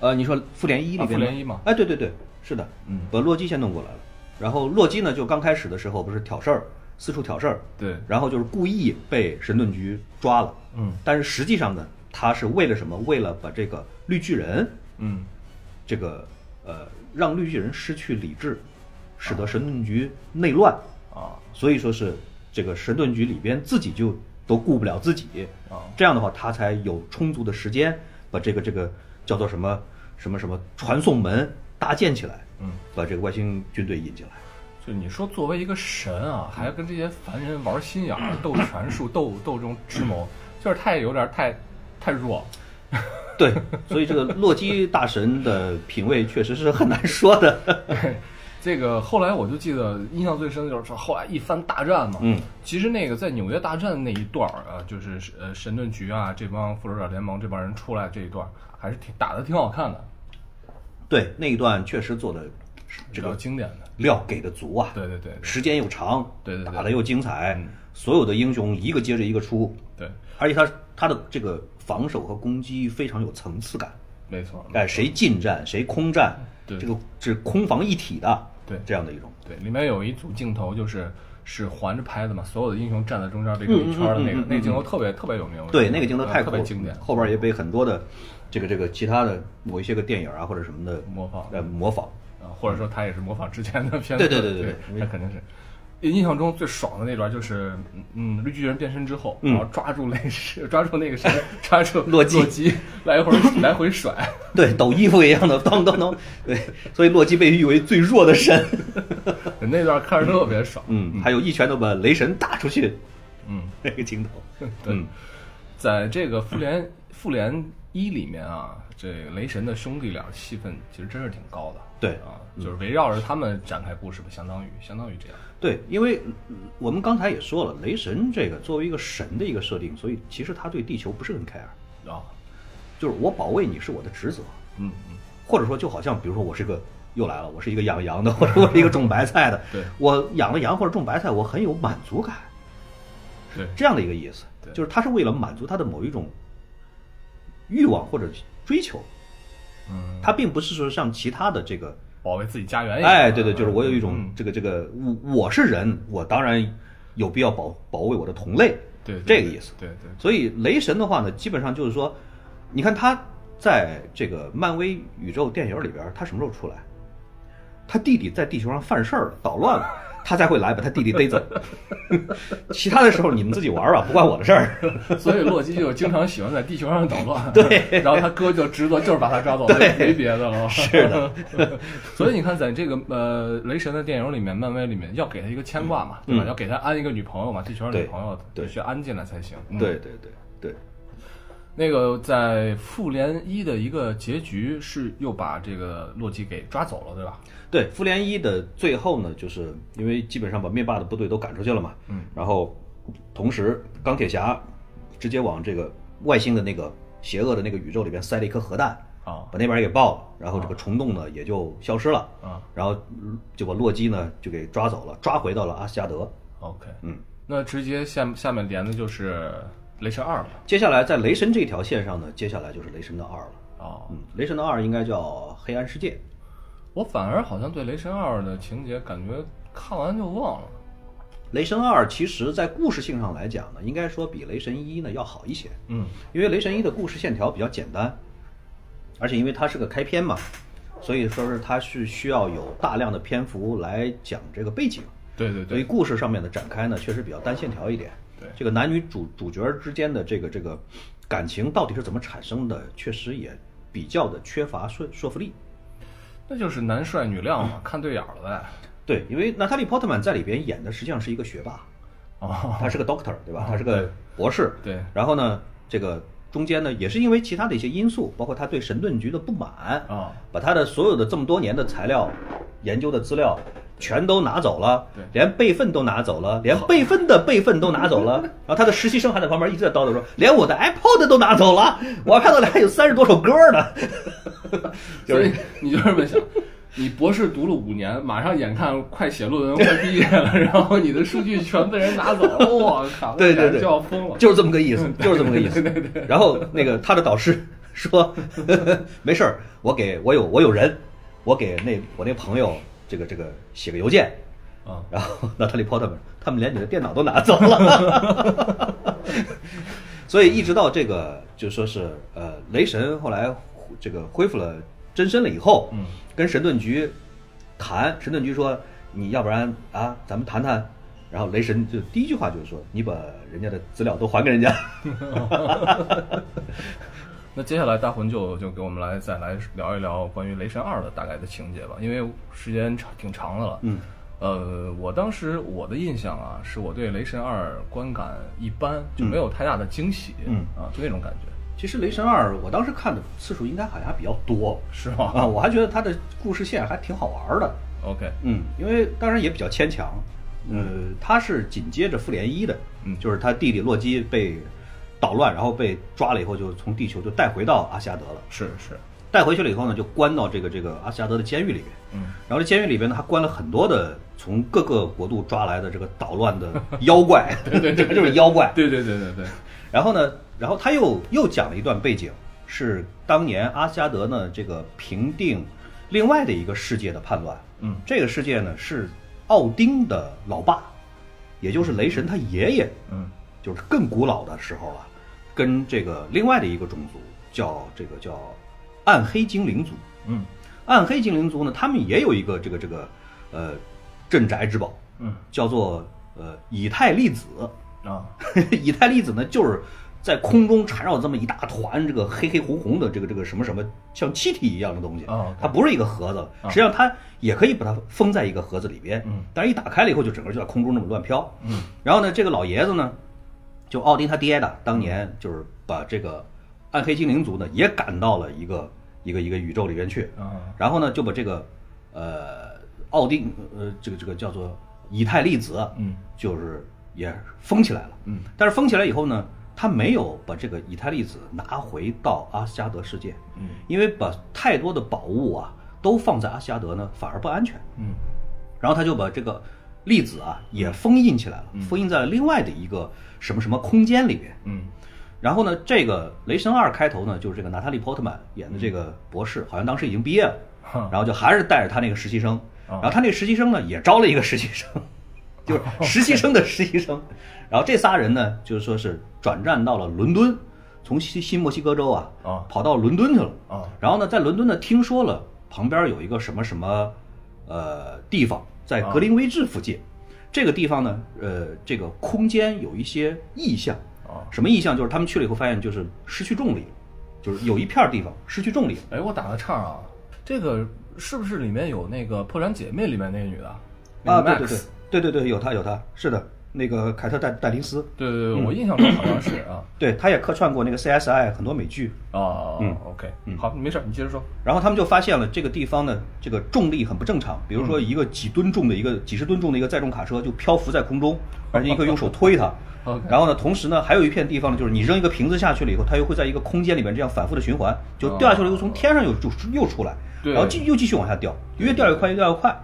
Speaker 2: 呃，你说复联一里
Speaker 1: 啊
Speaker 2: 边、
Speaker 1: 复联一嘛
Speaker 2: 哎，对对对，是的，
Speaker 1: 嗯
Speaker 2: 把洛基先弄过来了。然后洛基呢，就刚开始的时候不是挑事儿，四处挑事儿，
Speaker 1: 对，
Speaker 2: 然后就是故意被神盾局抓了。
Speaker 1: 嗯
Speaker 2: 但是实际上呢，他是为了什么？为了把这个绿巨人，
Speaker 1: 嗯，
Speaker 2: 这个呃，让绿巨人失去理智，使得神盾局内乱。
Speaker 1: 啊
Speaker 2: 所以说是这个神盾局里边自己就都顾不了自己
Speaker 1: 啊
Speaker 2: 这样的话他才有充足的时间把这个这个叫做什么什么什么传送门搭建起来，
Speaker 1: 嗯，
Speaker 2: 把这个外星军队引进来。
Speaker 1: 就你说作为一个神啊，还跟这些凡人玩心眼儿、斗权术、斗斗这种智谋，就是太有点儿太太弱了。
Speaker 2: 对，所以这个洛基大神的品味确实是很难说的。
Speaker 1: 对，这个后来我就记得印象最深的就是说后来一番大战嘛，
Speaker 2: 嗯，
Speaker 1: 其实那个在纽约大战那一段儿啊，就是呃神盾局啊这帮复仇者联盟这帮人出来这一段儿，还是挺打的挺好看的，
Speaker 2: 对，那一段确实做的
Speaker 1: 比
Speaker 2: 这
Speaker 1: 较
Speaker 2: 个
Speaker 1: 经典的，
Speaker 2: 料给的足啊，
Speaker 1: 对对对
Speaker 2: 时间又长，
Speaker 1: 对对对
Speaker 2: 打的又精彩，
Speaker 1: 嗯
Speaker 2: 所有的英雄一个接着一个出，
Speaker 1: 对，
Speaker 2: 而且他他的这个防守和攻击非常有层次感，
Speaker 1: 没错，
Speaker 2: 哎，谁近战谁空战，
Speaker 1: 嗯对
Speaker 2: 这个是空防一体的，
Speaker 1: 对
Speaker 2: 这样的一种，
Speaker 1: 对，里面有一组镜头就是是环着拍的嘛，所有的英雄站在中间围成
Speaker 2: 嗯
Speaker 1: 一圈儿的那个，那个镜头特别特别有名，我觉
Speaker 2: 对
Speaker 1: 得
Speaker 2: 那个镜头
Speaker 1: 呃
Speaker 2: 太
Speaker 1: 特
Speaker 2: 酷
Speaker 1: 别
Speaker 2: 了
Speaker 1: 经典，
Speaker 2: 后边也被很多的这个这个其他的某一些个电影啊或者什么的
Speaker 1: 模仿
Speaker 2: 呃模仿，
Speaker 1: 啊，或者说他也是模仿之前的片子，
Speaker 2: 对对对对
Speaker 1: 对
Speaker 2: 对
Speaker 1: 那肯定是。印象中最爽的那段就是，嗯嗯，绿巨人变身之后，
Speaker 2: 嗯
Speaker 1: 然后抓住雷神，抓住那个谁，抓住
Speaker 2: 洛基
Speaker 1: 洛基来回来回甩，
Speaker 2: 对，抖衣服一样的 当当当，对，所以洛基被誉为最弱的神，
Speaker 1: 那段看着特别爽。
Speaker 2: 嗯， 还有一拳头把雷神打出去
Speaker 1: 嗯，
Speaker 2: 那个镜头，
Speaker 1: 对
Speaker 2: 嗯
Speaker 1: 在这个复联复联一里面啊，这雷神的兄弟俩戏份其实真是挺高的。
Speaker 2: 对嗯
Speaker 1: 啊，就是围绕着他们展开故事吧，相当于相当于这样。
Speaker 2: 对，因为嗯我们刚才也说了，雷神这个作为一个神的一个设定，所以其实他对地球不是很 care，
Speaker 1: 啊，
Speaker 2: 就是我保卫你是我的职责，
Speaker 1: 嗯嗯，
Speaker 2: 或者说就好像比如说我是个又来了，我是一个养羊的，或者我是一个种白菜的，
Speaker 1: 对
Speaker 2: 我养了羊或者种白菜，我很有满足感，
Speaker 1: 对
Speaker 2: 这样的一个意思
Speaker 1: 对，
Speaker 2: 就是他是为了满足他的某一种欲望或者追求，
Speaker 1: 嗯，
Speaker 2: 他并不是说像其他的这个。
Speaker 1: 保卫自己家园一样。
Speaker 2: 哎，对对，就是我有一种
Speaker 1: 嗯
Speaker 2: 这个这个，我我是人，我当然有必要保保卫我的同类，
Speaker 1: 对对
Speaker 2: 这个意思。
Speaker 1: 对对，
Speaker 2: 所以雷神的话呢，基本上就是说，你看他在这个漫威宇宙电影里边，他什么时候出来？他弟弟在地球上犯事儿了，捣乱了，他才会来把他弟弟逮走。 其他的时候你们自己玩吧，不关我的事儿。
Speaker 1: 所以洛基就经常喜欢在地球上捣乱，对， 然后他哥就职责就是把他抓走，没没别的 了。是的， 所以你看，在这个呃雷神的电影里面，漫威里面要给他一个牵挂嘛，对吧？
Speaker 2: 嗯
Speaker 1: 要给他安一个女朋友嘛，地球上女
Speaker 2: 对
Speaker 1: 朋友
Speaker 2: 对
Speaker 1: 必须安进来才行。嗯
Speaker 2: 对对对对，
Speaker 1: 那个在复联一的一个结局是又把这个洛基给抓走了，对吧？
Speaker 2: 对，复联一的最后呢，就是因为基本上把灭霸的部队都赶出去了嘛，
Speaker 1: 嗯，
Speaker 2: 然后同时钢铁侠直接往这个外星的那个邪恶的那个宇宙里边塞了一颗核弹，
Speaker 1: 啊
Speaker 2: 把那边给爆了，然后这个虫洞呢也就消失了，
Speaker 1: 啊
Speaker 2: 然后嗯就把洛基呢就给抓走了，抓回到了阿斯加德，
Speaker 1: ，OK，
Speaker 2: 嗯，
Speaker 1: 那直接下下面连的就是雷神二了。
Speaker 2: 接下来在雷神这条线上呢，接下来就是雷神的二了，
Speaker 1: 哦，
Speaker 2: 嗯，雷神的二应该叫黑暗世界，
Speaker 1: 我反而好像对雷神二的情节感觉看完就忘了。
Speaker 2: 雷神二其实在故事性上来讲呢，应该说比雷神一呢要好一些，
Speaker 1: 嗯，
Speaker 2: 因为雷神一的故事线条比较简单，而且因为它是个开篇嘛，所以说是它是需要有大量的篇幅来讲这个背景，
Speaker 1: 对对对
Speaker 2: 所以，故事上面的展开呢，确实比较单线条一点。
Speaker 1: 对
Speaker 2: 这个男女主主角之间的这个这个感情到底是怎么产生的，确实也比较的缺乏说说服力。
Speaker 1: 那就是男帅女靓 嘛，看对眼儿了呗。
Speaker 2: 对，因为娜塔莉·波特曼在里边演的实际上是一个学霸，
Speaker 1: 哦，
Speaker 2: 他是个 doctor，对吧
Speaker 1: 哦？
Speaker 2: 他是个博士。
Speaker 1: 对
Speaker 2: 然后呢，这个中间呢，也是因为其他的一些因素，包括他对神盾局的不满，
Speaker 1: 啊，
Speaker 2: 把他的所有的这么多年的材料、研究的资料全都拿走了
Speaker 1: 对，
Speaker 2: 连备份都拿走了，连备份的备份都拿 走了。然后他的实习生还在旁边一直在叨叨说，连我的 iPod 都拿走了，我 iPod 里还有三十多首歌呢。 就
Speaker 1: 所以
Speaker 2: 是
Speaker 1: 你就这么想，你博士读了五年，马上眼看快写论文、快毕业了，然后你的数据全被人拿走 了，我靠，
Speaker 2: 对对
Speaker 1: 那简直
Speaker 2: 对
Speaker 1: 就要疯了。
Speaker 2: 就是这么个意 思，就是这么个意思
Speaker 1: 对对对。
Speaker 2: 然后那个他的导师说， 没事儿，我给我有我有人，我给那我那朋友这个这个写个邮件，
Speaker 1: 啊，
Speaker 2: 然后娜塔莉·波特曼，他们连你的电脑都拿走了， 所以一直到这个就说是呃，雷神后来这个恢复了真身了以后，
Speaker 1: 嗯，
Speaker 2: 跟神盾局谈，神盾局说你要不然啊，咱们谈谈，然后雷神就第一句话就是说你把人家的资料都还给 人家，
Speaker 1: 那接下来大魂就就给我们来再来聊一聊关于《雷神二》的大概的情节吧，因为时间长挺长的了。
Speaker 2: 嗯，
Speaker 1: 呃，我当时我的印象啊，是我对《雷神二》观感一般，就没有太大的惊喜，
Speaker 2: 嗯
Speaker 1: 啊，就那种感觉，
Speaker 2: 其实雷神二我当时看的次数应该好像还比较多
Speaker 1: 是吗、
Speaker 2: 啊，我还觉得他的故事线还挺好玩的，
Speaker 1: o k
Speaker 2: 嗯，因为当然也比较牵强。呃，他是紧接着复联一的，
Speaker 1: 嗯
Speaker 2: 就是他弟弟洛基被捣乱，然后被抓了以后，就从地球就带回到阿斯加德了。
Speaker 1: 是是，
Speaker 2: 带回去了以后呢，就关到这个这个阿斯加德的监狱里边。
Speaker 1: 嗯，
Speaker 2: 然后这监狱里边呢，还关了很多的从各个国度抓来的这个捣乱 的妖怪，对对对， 就是妖怪。
Speaker 1: 对对对对对，
Speaker 2: 然后呢，然后他又又讲了一段背景，是当年阿斯加德呢这个平定另外的一个世界的叛乱。
Speaker 1: 嗯，
Speaker 2: 这个世界呢是奥丁的老爸，也就是雷神他爷爷，
Speaker 1: 嗯
Speaker 2: 就是更古老的时候了，跟这个另外的一个种族叫这个叫暗黑精灵族。
Speaker 1: 嗯
Speaker 2: 暗黑精灵族呢，他们也有一个这个这个呃镇宅之宝，
Speaker 1: 嗯
Speaker 2: 叫做呃以太粒子。
Speaker 1: 啊，
Speaker 2: 以太粒子呢，就是在空中缠绕这么一大团这个黑黑红红的这个这个什么什么像气体一样的东西
Speaker 1: 哦，啊
Speaker 2: 它不是一个盒子，实际上它也可以把它封在一个盒子里边
Speaker 1: 嗯，
Speaker 2: 但是一打开了以后就整个就在空中那么乱飘。
Speaker 1: 嗯，
Speaker 2: 然后呢，这个老爷子呢，就奥丁他爹的，当年就是把这个暗黑精灵族呢也赶到了一个一个一个宇宙里边去，
Speaker 1: 啊
Speaker 2: 然后呢，就把这个呃奥丁呃这个这个叫做以太粒子，
Speaker 1: 嗯，
Speaker 2: 就是也封起来了，
Speaker 1: 嗯，
Speaker 2: 但是封起来以后呢，他没有把这个以太粒子拿回到阿斯加德世界，
Speaker 1: 嗯
Speaker 2: 因为把太多的宝物啊都放在阿斯加德呢，反而不安全。
Speaker 1: 嗯
Speaker 2: 然后他就把这个粒子啊也封印起来了，封印在了另外的一个什么什么空间里边。
Speaker 1: 嗯
Speaker 2: 然后呢，这个《雷神二》开头呢，就是这个娜塔莉·波特曼演的这个博士，好像当时已经毕业了，
Speaker 1: 哈
Speaker 2: 然后就还是带着他那个实习生，
Speaker 1: 啊
Speaker 2: 然后他那个实习生呢也招了一个实习生，就是实习生的实习生。然后这仨人呢，就是说是转战到了伦敦，从新新墨西哥州啊
Speaker 1: 啊
Speaker 2: 跑到伦敦去了。
Speaker 1: 啊
Speaker 2: 然后呢，在伦敦呢听说了旁边有一个什么什么呃地方，在格林威治附近，这个地方呢，呃，这个空间有一些异象。
Speaker 1: 啊！
Speaker 2: 什么意象？就是他们去了以后发现，就是失去重力，就是有一片儿地方失去重力。
Speaker 1: 哎，我打个岔啊，这个是不是里面有那个《破产姐妹》里面那个女的
Speaker 2: 啊，
Speaker 1: 那个
Speaker 2: 对对对
Speaker 1: Max，
Speaker 2: 对对对，有他有他，是的，那个凯特戴戴林斯，
Speaker 1: 对对对，我印象中好像是啊
Speaker 2: 对，他也客串过那个 CSI 很多美剧。
Speaker 1: 啊
Speaker 2: 嗯
Speaker 1: ，OK，
Speaker 2: 嗯
Speaker 1: 好，没事，你接着说。
Speaker 2: 然后他们就发现了这个地方呢，这个重力很不正常，比如
Speaker 1: 嗯
Speaker 2: 说一个几吨重的一个几十吨重的一个载重卡车就漂浮在空中，而且你可以用手推它
Speaker 1: OK。
Speaker 2: 然后呢，同时呢，还有一片地方呢，就是你扔一个瓶子下去了以后，它又会在一个空间里面这样反复的循环，就掉下去了，又从天上又就又出来，
Speaker 1: 哦对
Speaker 2: 然后继又继续往下掉，越掉越快，越掉越快，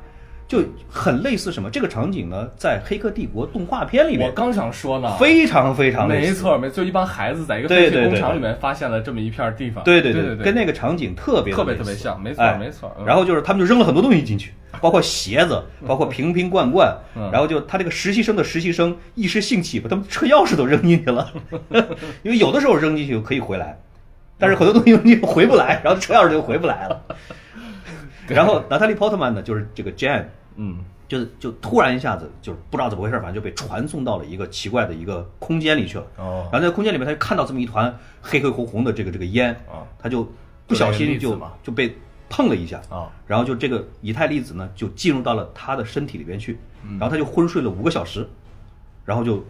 Speaker 2: 就很类似什么？这个场景呢，在《黑客帝国》动画片里
Speaker 1: 我
Speaker 2: 面
Speaker 1: 刚想说呢，
Speaker 2: 非常非常类
Speaker 1: 啊没
Speaker 2: 似，
Speaker 1: 错没错，就一帮孩子在一个废
Speaker 2: 对对
Speaker 1: 弃工
Speaker 2: 对
Speaker 1: 厂
Speaker 2: 对
Speaker 1: 里面发现了这么一片地方，
Speaker 2: 对
Speaker 1: 对
Speaker 2: 对，
Speaker 1: 对，
Speaker 2: 跟那个场景特别的
Speaker 1: 特别
Speaker 2: 类
Speaker 1: 特
Speaker 2: 似
Speaker 1: 别像，没错
Speaker 2: 哎，
Speaker 1: 没错。嗯
Speaker 2: 然后就是他们就扔了很多东西进 去，包括鞋子，包括瓶瓶罐罐，
Speaker 1: 嗯
Speaker 2: 然后就他这个实习生的实习生一时兴起，把他们车钥匙都扔进 去了，因为有的时候扔进去可以回来，但是很多东西扔进去回不来，然后车钥匙就回不来 了。然后娜塔莉·波特曼呢，就是这个 Jane，
Speaker 1: 嗯
Speaker 2: 就是就突然一下子就是不知道怎么回事，反正就被传送到了一个奇怪的一个空间里去了。
Speaker 1: 哦
Speaker 2: 然后在空间里面，他就看到这么一团黑黑红红的这个这个烟，
Speaker 1: 啊
Speaker 2: 他就不小
Speaker 1: 就
Speaker 2: 心
Speaker 1: 那个粒
Speaker 2: 就
Speaker 1: 子嘛
Speaker 2: 就被碰了一下，
Speaker 1: 啊
Speaker 2: 然后就这个以太粒子呢就进入到了他的身体里边去，
Speaker 1: 嗯
Speaker 2: 然后他就昏睡了五个小时，然后就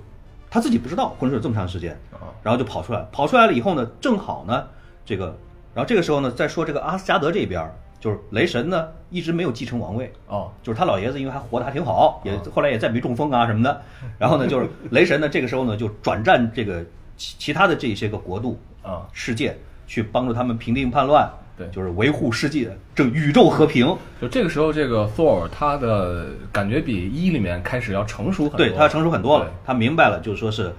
Speaker 2: 他自己不知道昏睡了这么长时间，
Speaker 1: 啊
Speaker 2: 然后就跑出来了，跑出来了以后呢，正好呢这个，然后这个时候呢再说这个阿斯加德这边儿，就是雷神呢一直没有继承王位，
Speaker 1: 哦
Speaker 2: 就是他老爷子因为还活得还挺
Speaker 1: 啊
Speaker 2: 好，也后来也再没中风啊什 么的。然后呢，就是雷神呢，这个时候呢就转战这个其其他的这些个国度、
Speaker 1: 啊
Speaker 2: 世界，去帮助他们平定叛乱，
Speaker 1: 对
Speaker 2: 就是维护世界这宇宙和平。
Speaker 1: 就这个时候，这个 Thor 他的感觉比一里面开始要成熟很多，
Speaker 2: 对他成熟很多了，他明白了，就是说是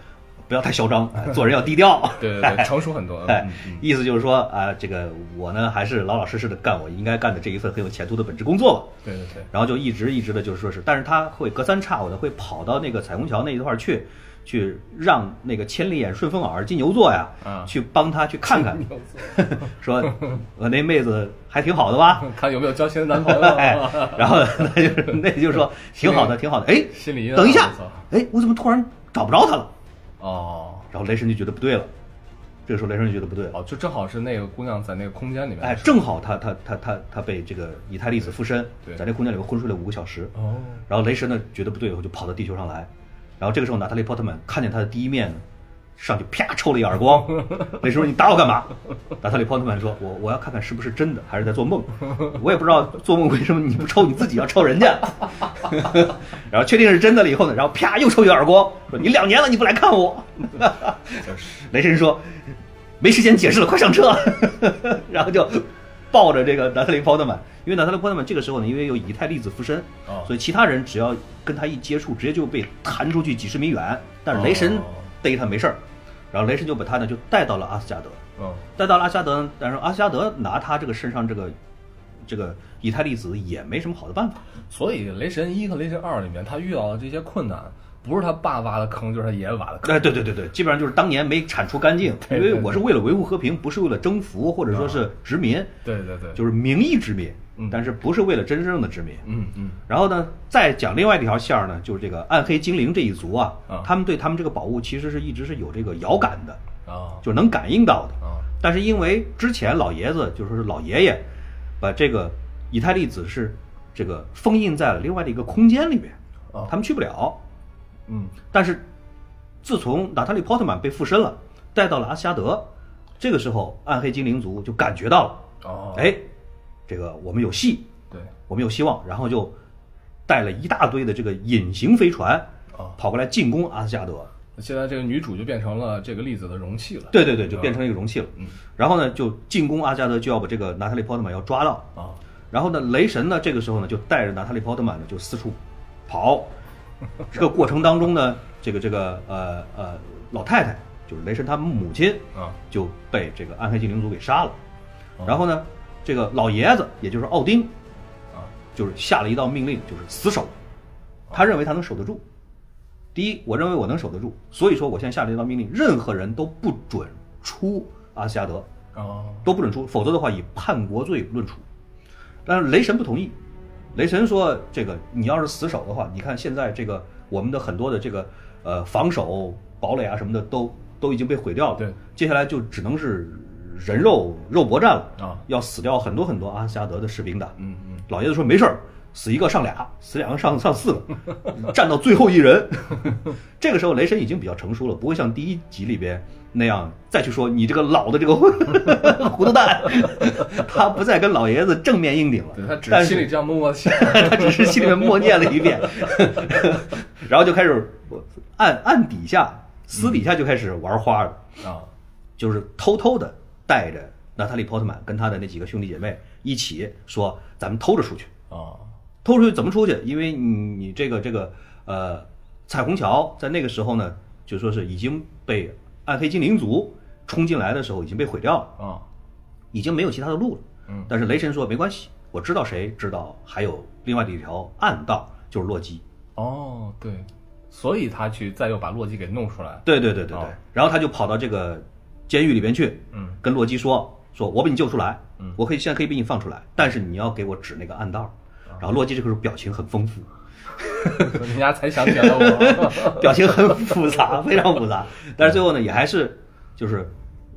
Speaker 2: 不要太 嚣张，哎做人要低调。
Speaker 1: 对， 对对对，成熟很多。
Speaker 2: 哎
Speaker 1: 嗯，
Speaker 2: 意思就是说啊，这个我呢还是老老实实的干我应该干的这一份很有前途的本职工作吧。
Speaker 1: 对对对，
Speaker 2: 然后就一直一直的，就是说是，但是他会隔三差五的会跑到那个彩虹桥那一块儿去，去让那个千里眼、顺风耳、金牛座呀，
Speaker 1: 啊
Speaker 2: 去帮他去看看，说我那妹子还挺好的吧？
Speaker 1: 看有没有交新的男朋友
Speaker 2: 哎
Speaker 1: 啊？，
Speaker 2: 然后他就是那就说挺好的，挺好的。哎，
Speaker 1: 心里一
Speaker 2: 等一下
Speaker 1: 难受，
Speaker 2: 哎，我怎么突然找不着他了？
Speaker 1: 哦
Speaker 2: 然后雷神就觉得不对了，这个时候雷神就觉得不对了。
Speaker 1: 哦，就正好是那个姑娘在那个空间里面。
Speaker 2: 哎，正好他他他他他被这个以太粒子附身
Speaker 1: 对，
Speaker 2: 在这空间里面昏睡了五个小时。
Speaker 1: 哦
Speaker 2: 然后雷神呢觉得不对以后就跑到地球上来，然后这个时候娜塔莉·波特曼看见他的第一面呢，上去啪抽了一耳光。雷神说：“你打我干嘛？”娜塔莉·波特曼说：“我我要看看是不是真的，还是在做梦。我也不知道做梦为什么你不抽你自己，要抽人家。 然后确定是真的了以后呢，然后啪又抽一耳光，说：你两年了你不来看我。雷神说：没时间解释了，快上车。 然后就抱着这个娜塔莉·波特曼，因为娜塔莉·波特曼这个时候呢，因为有以太粒子附身，
Speaker 1: 哦
Speaker 2: 所以其他人只要跟他一接触，直接就被弹出去几十米远。但是雷神
Speaker 1: 哦
Speaker 2: 逮他没事儿，然后雷神就把他呢就带到了阿斯加德，
Speaker 1: 嗯
Speaker 2: 带到了阿斯加德，但是阿斯加德拿他这个身上这个这个以太粒子也没什么好的办法。
Speaker 1: 所以雷神一和雷神二里面，他遇到的这些困难，不是他爸挖的坑，就是他爷爷挖的坑。
Speaker 2: 哎，对对对对，基本上就是当年没铲除干净，
Speaker 1: 对
Speaker 2: 因
Speaker 1: 对啊
Speaker 2: 为我是为了维护和平，不是为了征服或者说是殖民，
Speaker 1: 对对对，
Speaker 2: 就是名义殖民
Speaker 1: 嗯，
Speaker 2: 但是不是为了真正的殖民。
Speaker 1: 嗯嗯
Speaker 2: 然后呢，再讲另外一条线儿呢，就是这个暗黑精灵这一族啊
Speaker 1: 啊，
Speaker 2: 他们对他们这个宝物其实是一直是有这个遥感的，
Speaker 1: 啊
Speaker 2: 就是能感应到的。
Speaker 1: 啊
Speaker 2: 但是因为之前老爷子就是说是老爷爷，把这个以太粒子是这个封印在了另外的一个空间里面
Speaker 1: 啊，
Speaker 2: 他们去不了。
Speaker 1: 嗯
Speaker 2: 但是自从娜塔莉·波特曼被附身了，带到了阿斯加德，这个时候暗黑精灵族就感觉到了，
Speaker 1: 哦
Speaker 2: 哎，这个我们有戏，
Speaker 1: 对
Speaker 2: 我们有希望，然后就带了一大堆的这个隐形飞船
Speaker 1: 啊
Speaker 2: 跑过来进攻阿斯加德。
Speaker 1: 现在这个女主就变成了这个粒子的容器了。
Speaker 2: 对对对，就变成一个容器了。嗯然后呢，就进攻阿加德，就要把这个娜塔莉·波特曼要抓到。
Speaker 1: 啊，
Speaker 2: 然后呢，雷神呢，这个时候呢，就带着娜塔莉·波特曼呢，就四处跑。这个过程当中呢，这个这个呃呃，老太太就是雷神他们母亲
Speaker 1: 啊，
Speaker 2: 就被这个暗黑精灵族给杀了
Speaker 1: 哦。
Speaker 2: 然后呢，这个老爷子，也就是奥丁，
Speaker 1: 啊，
Speaker 2: 就是下了一道命令，就是死守。他认为他能守得住。第一，我认为我能守得住，所以说我现在下了一道命令，任何人都不准出阿斯加德，
Speaker 1: 哦，
Speaker 2: 都不准出，否则的话以叛国罪论处。但是雷神不同意，雷神说：“这个你要是死守的话，你看现在这个我们的很多的这个呃防守堡垒啊什么的都都已经被毁掉了，
Speaker 1: 对，
Speaker 2: 接下来就只能是人肉肉搏战了
Speaker 1: 啊
Speaker 2: 要死掉很多很多阿斯加德的士兵的。”
Speaker 1: 嗯嗯，
Speaker 2: 老爷子说没事儿，死一个上俩，死两个上上四 个，战到最后一人。这个时候雷神已经比较成熟了，不会像第一集里边那样再去说你这个老的这个 糊 涂蛋，他不再跟老爷子正面硬顶了。
Speaker 1: 对他只
Speaker 2: 但
Speaker 1: 是
Speaker 2: 是
Speaker 1: 心里这样默默 想，
Speaker 2: 他只是心里面默念了 一遍，然后就开始暗暗底下私底下就开始玩花了。
Speaker 1: 啊，
Speaker 2: 就是偷偷的带着娜塔莉·波特曼跟她的那几个兄弟姐妹一起说，咱们偷着出去。
Speaker 1: 啊，
Speaker 2: 偷出去怎么出去？因为你你这个这个呃，彩虹桥在那个时候呢，就说是已经被暗黑精灵族冲进来的时候已经被毁掉了，
Speaker 1: 啊，
Speaker 2: 已经没有其他的路了。
Speaker 1: 嗯，
Speaker 2: 但是雷神说没关系，我知道谁知道还有另外的一条暗道，就是洛基。
Speaker 1: 哦，对，所以他去再又把洛基给弄出来，
Speaker 2: 对对对对对。
Speaker 1: 哦
Speaker 2: 然后他就跑到这个监狱里边去，
Speaker 1: 嗯，
Speaker 2: 跟洛基说说，我把你救出来，
Speaker 1: 嗯
Speaker 2: 我可以现在可以把你放出来，但是你要给我指那个暗道。
Speaker 1: 啊
Speaker 2: 然后洛基这个时候表情很丰富，
Speaker 1: 人家才想起来 我，
Speaker 2: 表情很复杂，非常复杂。
Speaker 1: 嗯
Speaker 2: 但是最后呢，也还是就是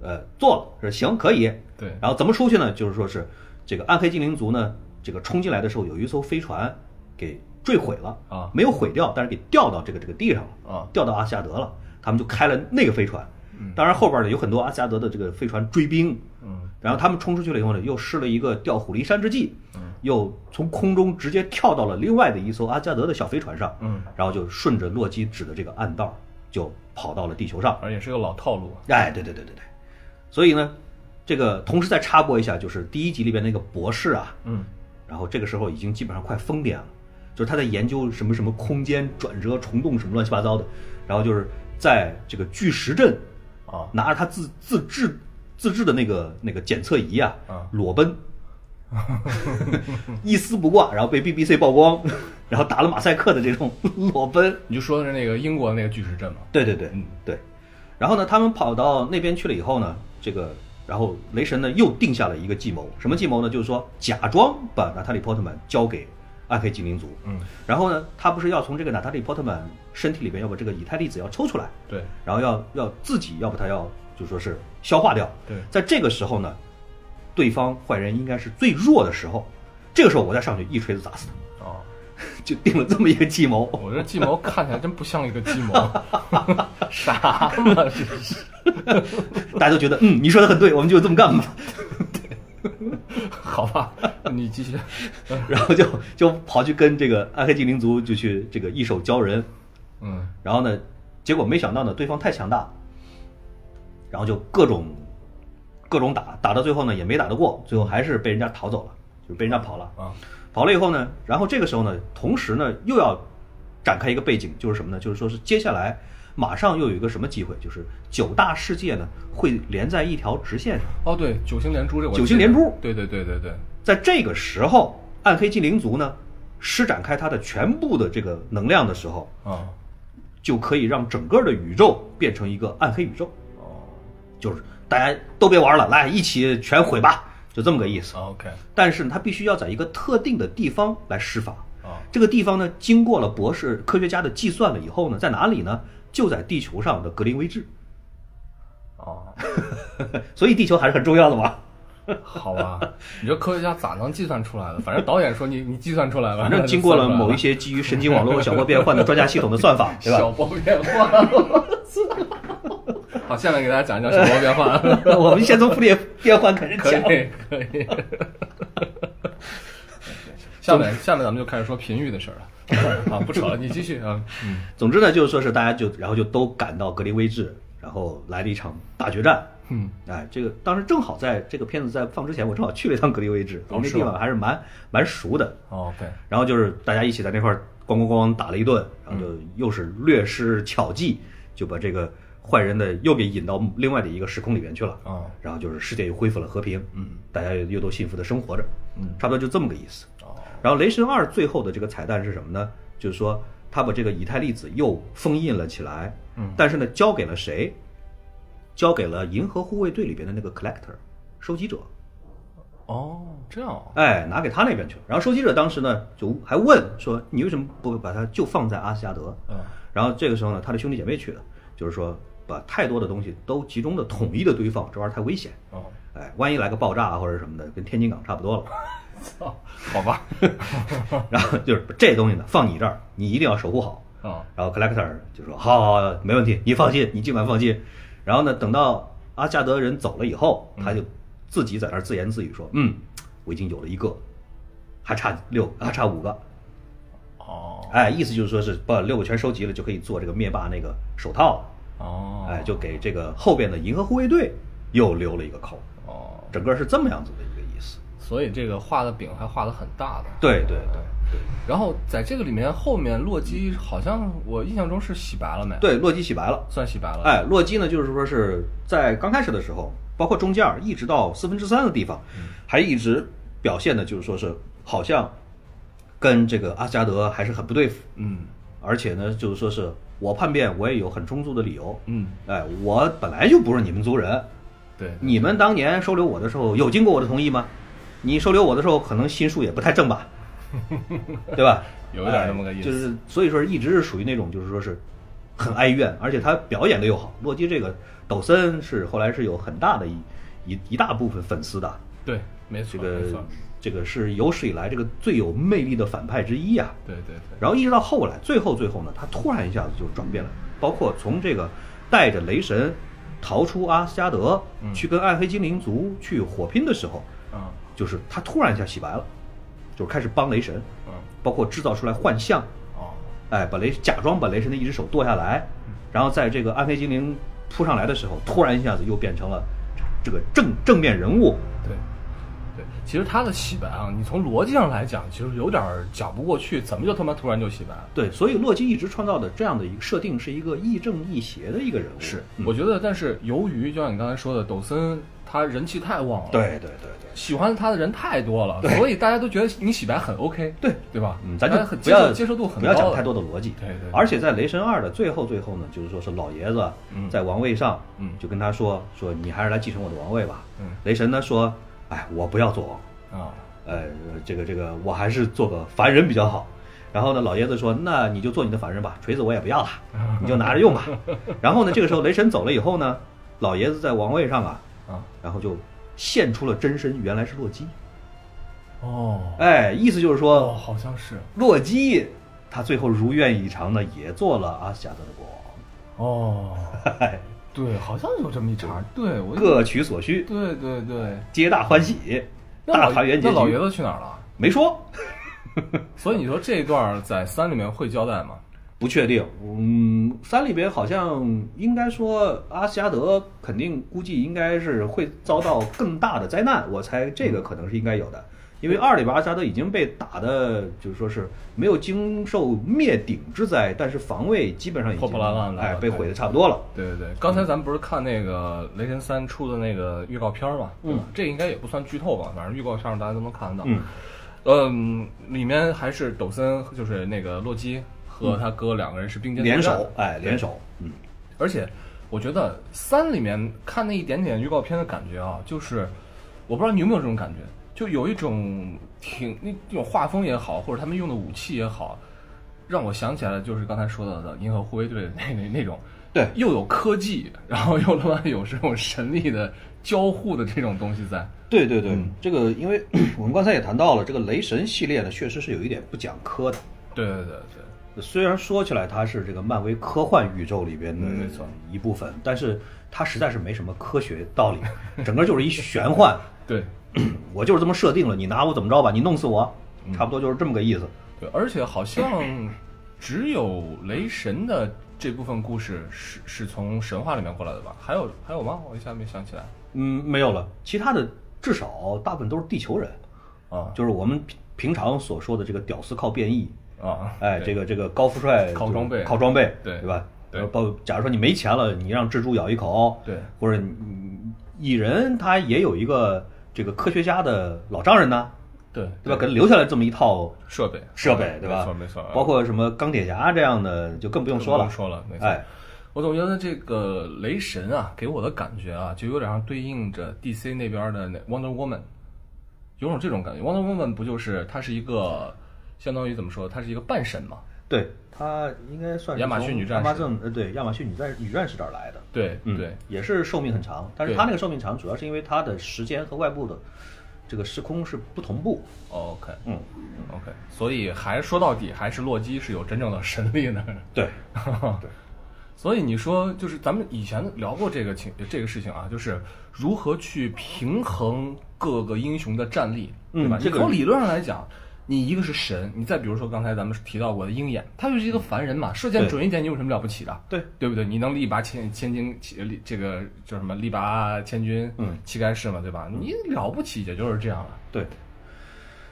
Speaker 2: 呃做了，说行可以。
Speaker 1: 对，
Speaker 2: 然后怎么出去呢？就是说是这个暗黑精灵族呢，这个冲进来的时候有一艘飞船给坠毁了
Speaker 1: 啊
Speaker 2: 没有毁掉，但是给掉到这个这个地上了
Speaker 1: 啊
Speaker 2: 掉到阿斯加德了。他们就开了那个飞船，当然后边呢有很多阿斯加德的这个飞船追兵，
Speaker 1: 嗯，
Speaker 2: 然后他们冲出去了以后呢，又施了一个调虎离山之计，
Speaker 1: 嗯
Speaker 2: 又从空中直接跳到了另外的一艘阿加德的小飞船上，
Speaker 1: 嗯，
Speaker 2: 然后就顺着洛基指的这个暗道就跑到了地球上。
Speaker 1: 而且是个老套路，
Speaker 2: 哎，对对对对对，所以呢，这个同时再插播一下，就是第一集里边那个博士啊，
Speaker 1: 嗯，
Speaker 2: 然后这个时候已经基本上快疯癫了，就是他在研究什么什么空间转折、虫洞什么乱七八糟的，然后就是在这个巨石阵
Speaker 1: 啊，
Speaker 2: 拿着他自自制自制的那个那个检测仪啊，
Speaker 1: 啊
Speaker 2: 裸奔， 一丝不挂，然后被 BBC 曝光，然后打了马赛克的这种 裸奔。
Speaker 1: 你就说的是那个英国那个巨石阵嘛，
Speaker 2: 对对对，
Speaker 1: 嗯
Speaker 2: 对。然后呢，他们跑到那边去了以后呢，这个然后雷神呢又定下了一个计谋，什么计谋呢？就是说假装把娜塔莉·波特曼交给暗黑精灵族，
Speaker 1: 嗯，
Speaker 2: 然后呢，他不是要从这个娜塔莉·波特曼身体里边要把这个以太粒子要抽出来，
Speaker 1: 对，
Speaker 2: 然后要要自己要把它要就说是消化掉。
Speaker 1: 对
Speaker 2: 在这个时候呢，对方坏人应该是最弱的时候，这个时候我再上去一锤子砸死他，
Speaker 1: 啊，
Speaker 2: 就定了这么一个计谋。
Speaker 1: 我这计谋看起来真不像一个计谋， 啥嘛这是，
Speaker 2: 大家都觉得，嗯，你说的很对，我们就这么干吧。
Speaker 1: 好吧，你继 续，
Speaker 2: 然后就就跑去跟这个暗黑精灵族就去这个一手教人，
Speaker 1: 嗯，
Speaker 2: 然后呢，结果没想到呢，对方太强大，然后就各种各种打，打到最后呢也没打得过，最后还是被人家逃走了，就被人家跑了。
Speaker 1: 啊，
Speaker 2: 跑了以后呢，然后这个时候呢，同时呢又要展开一个背景，就是什么呢？就是说是接下来马上又有一个什么机会，就是九大世界呢会连在一条直线上。
Speaker 1: 哦对，九星连珠这我记得
Speaker 2: 九星连珠
Speaker 1: 对对对对对，
Speaker 2: 在这个时候，暗黑精灵族呢施展开它的全部的这个能量的时候，
Speaker 1: 啊，
Speaker 2: 就可以让整个的宇宙变成一个暗黑宇宙，
Speaker 1: 哦
Speaker 2: 就是大家都别玩了，来一起全毁吧，就这么个意思。
Speaker 1: ，OK，
Speaker 2: 但是呢它必须要在一个特定的地方来施法。
Speaker 1: 啊，
Speaker 2: 这个地方呢，经过了博士科学家的计算了以后呢，在哪里呢？就在地球上的格林威治，
Speaker 1: 哦。
Speaker 2: 所以地球还是很重要的嘛。
Speaker 1: 好吧，你说科学家咋能计算出来的？反正导演说你你计算出来了，
Speaker 2: 反正经过了某一些基于神经网络和小波变换的专家系统的算法，对吧？
Speaker 1: 小波变换。 好，下面给大家讲一讲小波变 换，
Speaker 2: 我们先从傅立叶变换开始
Speaker 1: 可
Speaker 2: 讲。
Speaker 1: 以可以。下面下面咱们就开始说频率的事儿了。啊，不扯了，你继续啊。嗯，
Speaker 2: 总之呢，就是说是大家就然后就都赶到格林威治，然后来了一场大决战。
Speaker 1: 嗯，
Speaker 2: 哎，这个当时正好在这个片子在放之前，我正好去了一趟格林威治，
Speaker 1: 哦
Speaker 2: 我那
Speaker 1: 是
Speaker 2: 地
Speaker 1: 吗
Speaker 2: 方还是蛮蛮熟的。
Speaker 1: 哦，对，
Speaker 2: 然后就是大家一起在那块儿咣咣咣打了一顿，然后就又是略施巧计，就把这个坏人的又给引到另外的一个时空里面去了。
Speaker 1: 哦，
Speaker 2: 然后就是世界又恢复了和平，
Speaker 1: 嗯，
Speaker 2: 大家又都幸福的生活着，
Speaker 1: 嗯，
Speaker 2: 差不多就这么个意思。
Speaker 1: 哦，
Speaker 2: 然后雷神二最后的这个彩蛋是什么呢？就是说他把这个以太粒子又封印了起来，
Speaker 1: 嗯
Speaker 2: 但是呢，交给了谁？交给了银河护卫队里边的那个 collector，收集者，
Speaker 1: 哦，这样啊，
Speaker 2: 哎，拿给他那边去了。然后收集者当时呢，就还问说，你为什么不把它就放在阿斯加德？
Speaker 1: 嗯，
Speaker 2: 然后这个时候呢，他的兄弟姐妹去了，就是说把太多的东西都集中的统一的堆放，这玩意儿太危险。
Speaker 1: 哦，
Speaker 2: 哎，万一来个爆炸啊或者什么的，跟天津港差不多了。
Speaker 1: 操，好吧，
Speaker 2: 然后就是这东西呢，放你这儿，你一定要守护好。
Speaker 1: 啊，
Speaker 2: 然后 collector 就说：“好好，好，没问题，你放心，你尽管放心。”然后呢，等到阿加德人走了以后，他就自己在那儿自言自语说：“嗯，我已经有了一个，还差六，还差五个。
Speaker 1: 哦，
Speaker 2: 哎，意思就是说是把六个全收集了，就可以做这个灭霸那个手套了。
Speaker 1: 哦，
Speaker 2: 哎，就给这个后边的银河护卫队又留了一个扣，
Speaker 1: 哦，
Speaker 2: 整个是这么样子的一个意思。
Speaker 1: 所以这个画的饼还画的很大的。
Speaker 2: 对对对对。
Speaker 1: 然后在这个里面，后面洛基好像我印象中是洗白了没？，
Speaker 2: 嗯对，洛基洗白了。
Speaker 1: 算洗白了。，
Speaker 2: 哎，洛基呢，就是说是在刚开始的时候，包括中间儿一直到四分之三的地方，还一直表现的就是说是好像跟这个阿斯加德还是很不对付，
Speaker 1: 嗯
Speaker 2: 而且呢，就是说是我叛变，我也有很充足的理由。
Speaker 1: 嗯，
Speaker 2: 哎，我本来就不是你们族人，
Speaker 1: 对，
Speaker 2: 你们当年收留我的时候有经过我的同意吗？你收留我的时候，可能心术也不 太正吧，对吧？
Speaker 1: 有一点那么个意思
Speaker 2: 哎就是所以说一直是属于那种就是说是很哀怨，而且他表演的又好。洛基这个抖森是后来是有很大的一一一大部分粉丝的，
Speaker 1: 对，没
Speaker 2: 这
Speaker 1: 错，
Speaker 2: 个
Speaker 1: 没错，
Speaker 2: 这个是有史以来这个最有魅力的反派之一啊。
Speaker 1: 对对对，
Speaker 2: 然后一直到后来，最后最后呢，他突然一下子就转变了，包括从这个带着雷神逃出阿斯加德，
Speaker 1: 嗯
Speaker 2: 去跟暗黑精灵族去火拼的时候，
Speaker 1: 嗯
Speaker 2: 就是他突然一下洗白了，就是开始帮雷神，
Speaker 1: 嗯，
Speaker 2: 包括制造出来幻象，
Speaker 1: 哦，
Speaker 2: 哎，把雷假装把雷神的一只手剁下来，
Speaker 1: 嗯
Speaker 2: 然后在这个暗黑精灵扑上来的时候，突然一下子又变成了这个正正面人物，
Speaker 1: 对。对，其实他的洗白啊，你从逻辑上来讲，其实有点儿讲不过去，怎么就他妈突然就洗白了？
Speaker 2: 对，所以洛基一直创造的这样的一个设定是一个亦正亦邪的一个人物，
Speaker 1: 是，
Speaker 2: 嗯
Speaker 1: 我觉得，但是由于就像你刚才说的，抖森他人气太旺了，
Speaker 2: 对，对对对。
Speaker 1: 喜欢他的人太多了，所以大家都觉得你洗白很 OK，
Speaker 2: 对
Speaker 1: 对吧？
Speaker 2: 嗯，咱
Speaker 1: 大家
Speaker 2: 就
Speaker 1: 很
Speaker 2: 不
Speaker 1: 接受
Speaker 2: 要
Speaker 1: 接受度很高
Speaker 2: 不要讲太多的逻辑。
Speaker 1: 对对
Speaker 2: 而且在《雷神二》的最后最后呢，就是说是老爷子
Speaker 1: 嗯
Speaker 2: 在王位上，
Speaker 1: 嗯
Speaker 2: 就跟他说说你还是来继承我的王位吧。
Speaker 1: 嗯
Speaker 2: 雷神呢说，哎，我不要做王，
Speaker 1: 啊，
Speaker 2: 呃，这个这个我还是做个凡人比较好。然后呢，老爷子说，那你就做你的凡人吧，锤子我也 不要了，你就拿着用吧。然后呢，这个时候雷神走了以后呢，老爷子在王位上啊，
Speaker 1: 啊，
Speaker 2: 然后就现出了真身，原来是洛基。
Speaker 1: 哦，
Speaker 2: 哎，意思就是说
Speaker 1: 哦，，好像是，
Speaker 2: 洛基他最后如愿以偿的也做了阿斯加德的国王，
Speaker 1: 哦，对，好像有这么一茬，对我就，
Speaker 2: 各取所需，
Speaker 1: 对对对，
Speaker 2: 皆大欢喜，
Speaker 1: 那老
Speaker 2: 大团圆结
Speaker 1: 那老爷
Speaker 2: 局。
Speaker 1: 子去哪儿了？
Speaker 2: 没说，
Speaker 1: 所以你说这一段儿在三里面会交代吗？
Speaker 2: 不确定。嗯，三里边好像应该说阿斯加德肯定估计应该是会遭到更大的灾难，我猜这
Speaker 1: 嗯
Speaker 2: 个可能是应该有的。因为二里边阿斯加德已经被打的，就是说是没有经受灭顶之灾，但是防卫基本上已经
Speaker 1: 破破烂烂了
Speaker 2: 哎，被
Speaker 1: 对
Speaker 2: 毁的差不多了。
Speaker 1: 对对对，刚才咱们不是看那个《雷神三》出的那个预告片儿嘛，对吧？这应该也不算剧透吧，反正预告片上大家都能看得到。
Speaker 2: 嗯，
Speaker 1: 嗯，里面还是抖森，就是那个洛基和他哥两个人是并肩
Speaker 2: 联
Speaker 1: 作战
Speaker 2: 手，哎，联手，嗯。
Speaker 1: 而且我觉得三里面看那一点点预告片的感觉啊，就是我不知道你有没有这种感觉，就有一种挺那那种画风也好，或者他们用的武器也好，让我想起来了就是刚才说到的银河护卫队的那那那种，
Speaker 2: 对
Speaker 1: 又有科技， 然后又他妈有这种神力的交互的这种东西在，
Speaker 2: 对对对，
Speaker 1: 嗯
Speaker 2: 这个因为 我们刚才也谈到了，这个雷神系列呢，确实是有一点不讲科的。
Speaker 1: 对对对对，
Speaker 2: 虽然说起来它是这个漫威科幻宇宙里边的
Speaker 1: 嗯没错
Speaker 2: 一部分，但是它实在是没什么科学道理， 整个就是一玄幻。
Speaker 1: 对，嗯
Speaker 2: 我就是这么设定了，你拿我怎么着吧，你弄死我，差不多就是这么个意思。
Speaker 1: 对，而且好像只有雷神的这部分故事是是从神话里面过来的吧？还有还有吗？我一下没想起来
Speaker 2: 嗯，没有了。其他的至少大部分都是地球人，
Speaker 1: 啊
Speaker 2: 就是我们平平常所说的这个屌丝靠变异，
Speaker 1: 啊！
Speaker 2: 哎，这个这个高富帅
Speaker 1: 靠装备
Speaker 2: 靠装备，
Speaker 1: 对
Speaker 2: 对吧？
Speaker 1: 对
Speaker 2: 包假如说你没钱了，你让蜘蛛咬一口，
Speaker 1: 对
Speaker 2: 或者你蚁人他也有一个这个科学家的老丈人呢，
Speaker 1: 对
Speaker 2: 对吧？给他留下来这么一套
Speaker 1: 设备
Speaker 2: 设备，对吧？
Speaker 1: 没错没错，
Speaker 2: 包括什么钢铁侠这样的，就更不
Speaker 1: 不
Speaker 2: 用说了。
Speaker 1: 说了，没错。
Speaker 2: 哎，
Speaker 1: 我总觉得这个雷神啊，给我的感觉啊，就有点像对应着 DC 那边的那 Wonder Woman，有种这种感觉。Wonder Woman 不就是它是一个相当于怎么说，它是一个半神嘛？
Speaker 2: 对他应该算是
Speaker 1: 亚马逊
Speaker 2: 从
Speaker 1: 女战士
Speaker 2: 亚马逊呃，对，亚马逊女战女战士这儿来的。
Speaker 1: 对、
Speaker 2: 嗯，
Speaker 1: 对，，
Speaker 2: 也是寿命很长，但是
Speaker 1: 对
Speaker 2: 它那个寿命长，主要是因为它的时间和外部的这个时空是不同步。
Speaker 1: 哦 OK
Speaker 2: 嗯，
Speaker 1: OK，所以还说到底还是洛基是有真正的神力的。
Speaker 2: 对， 对，
Speaker 1: 所以你说就是咱们以前聊过这个情这个事情啊，就是如何去平衡各个英雄的战力，
Speaker 2: 嗯
Speaker 1: 对吧？
Speaker 2: 这个
Speaker 1: 你从理论上来讲，你一个是神，你再比如说刚才咱们提到过的鹰眼，他就是一个凡人嘛，射箭
Speaker 2: 对
Speaker 1: 准一点，你有什么了不起的？
Speaker 2: 对，
Speaker 1: 对不对？你能力拔千千金，起力这个叫什么力拔千军，
Speaker 2: 嗯
Speaker 1: 旗盖世嘛，对吧？你了不起也就是这样啊了。
Speaker 2: 对。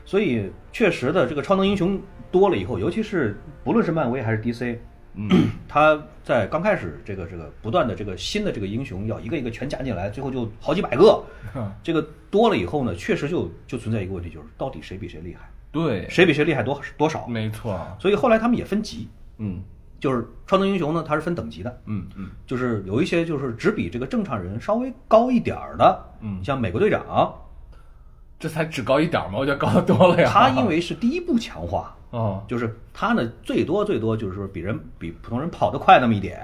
Speaker 2: 所以确实的，这个超能英雄多了以后，尤其是不论是漫威还是 DC，
Speaker 1: 嗯，
Speaker 2: 它在刚开始这个这个不断的这个新的这个英雄要一个一个全加进来，最后就好几百 个。
Speaker 1: 嗯
Speaker 2: 这个多了以后呢，确实就就存在一个问题，就是到底谁比谁厉害，
Speaker 1: 对，
Speaker 2: 谁比谁厉害多多少。
Speaker 1: 没错，
Speaker 2: 所以后来他们也分级，
Speaker 1: 嗯
Speaker 2: 就是超能英雄呢，它是分等级的。
Speaker 1: 嗯嗯，
Speaker 2: 就是有一些就是只比这个正常人稍微高一点儿的，
Speaker 1: 嗯
Speaker 2: 像美国队长，
Speaker 1: 这才只高一点儿嘛，我觉得高得多了呀。
Speaker 2: 他因为是第一步强化，
Speaker 1: 哦，
Speaker 2: 就是他呢最多最多就是说比人比普通人跑得快那么一点，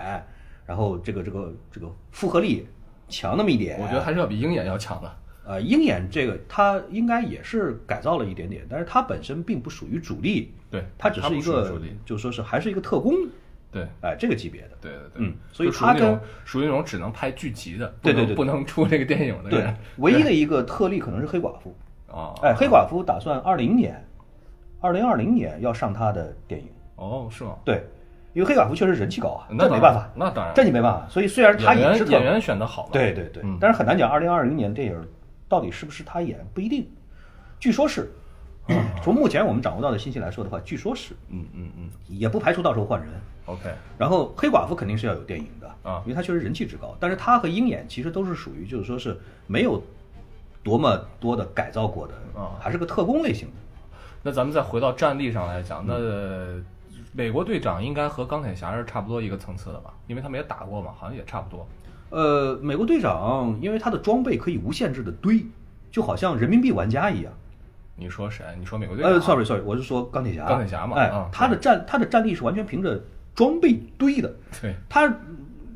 Speaker 2: 然后这个这个这个复合力强那么一点。
Speaker 1: 我觉得还是要比鹰眼要强的。
Speaker 2: 呃，鹰眼这个他应该也是改造了一点点，但是他本身并不属于主力，
Speaker 1: 对，
Speaker 2: 他只是
Speaker 1: 不
Speaker 2: 一
Speaker 1: 属于主
Speaker 2: 个
Speaker 1: 力
Speaker 2: 就说是还是一个特工，
Speaker 1: 对
Speaker 2: 哎、这个级别的。
Speaker 1: 对对对，
Speaker 2: 嗯所以
Speaker 1: 就属于那
Speaker 2: 他跟
Speaker 1: 种属于那种只能拍剧集的，不
Speaker 2: 对对
Speaker 1: 能
Speaker 2: 对
Speaker 1: 不能出这个电影的
Speaker 2: 对
Speaker 1: 人，
Speaker 2: 唯一的一个特例可能是黑寡妇。
Speaker 1: 啊，
Speaker 2: 哎，黑寡妇打算二零年，二零二零年要上她的电影。
Speaker 1: 哦，是吗？
Speaker 2: 对，因为黑寡妇确实人气高啊，
Speaker 1: 那
Speaker 2: 这
Speaker 1: 当然
Speaker 2: 没办法，
Speaker 1: 那当然
Speaker 2: 这你没办法。所以虽然她
Speaker 1: 演
Speaker 2: 也
Speaker 1: 员
Speaker 2: 是特
Speaker 1: 演员选的好吧？
Speaker 2: 对对对
Speaker 1: 嗯，
Speaker 2: 但是很难讲二零二零年电影到底是不是她演，不一定。据说是， 从目前我们掌握到的信息来说的话，据说是，
Speaker 1: 嗯嗯嗯
Speaker 2: 也不排除到时候换人。
Speaker 1: ，OK，
Speaker 2: 然后黑寡妇肯定是要有电影的
Speaker 1: 啊
Speaker 2: 因为她确实人气之高。但是她和鹰眼其实都是属于就是说是没有多么多的改造过的
Speaker 1: 啊
Speaker 2: 还是个特工类型的。
Speaker 1: 那咱们再回到战力上来讲，那
Speaker 2: 嗯
Speaker 1: 美国队长应该和钢铁侠是差不多一个层次的吧？因为他们也打过嘛，好像也差不多。
Speaker 2: 呃，美国队长因为他的装备可以无限制的堆，就好像人民币玩家一样。
Speaker 1: 你说谁？你说美国队长？啊
Speaker 2: 呃，sorry sorry，我是说钢铁侠。
Speaker 1: 钢铁侠嘛
Speaker 2: 哎，
Speaker 1: 啊
Speaker 2: 他的战他的战力是完全凭着装备堆的。
Speaker 1: 对，
Speaker 2: 他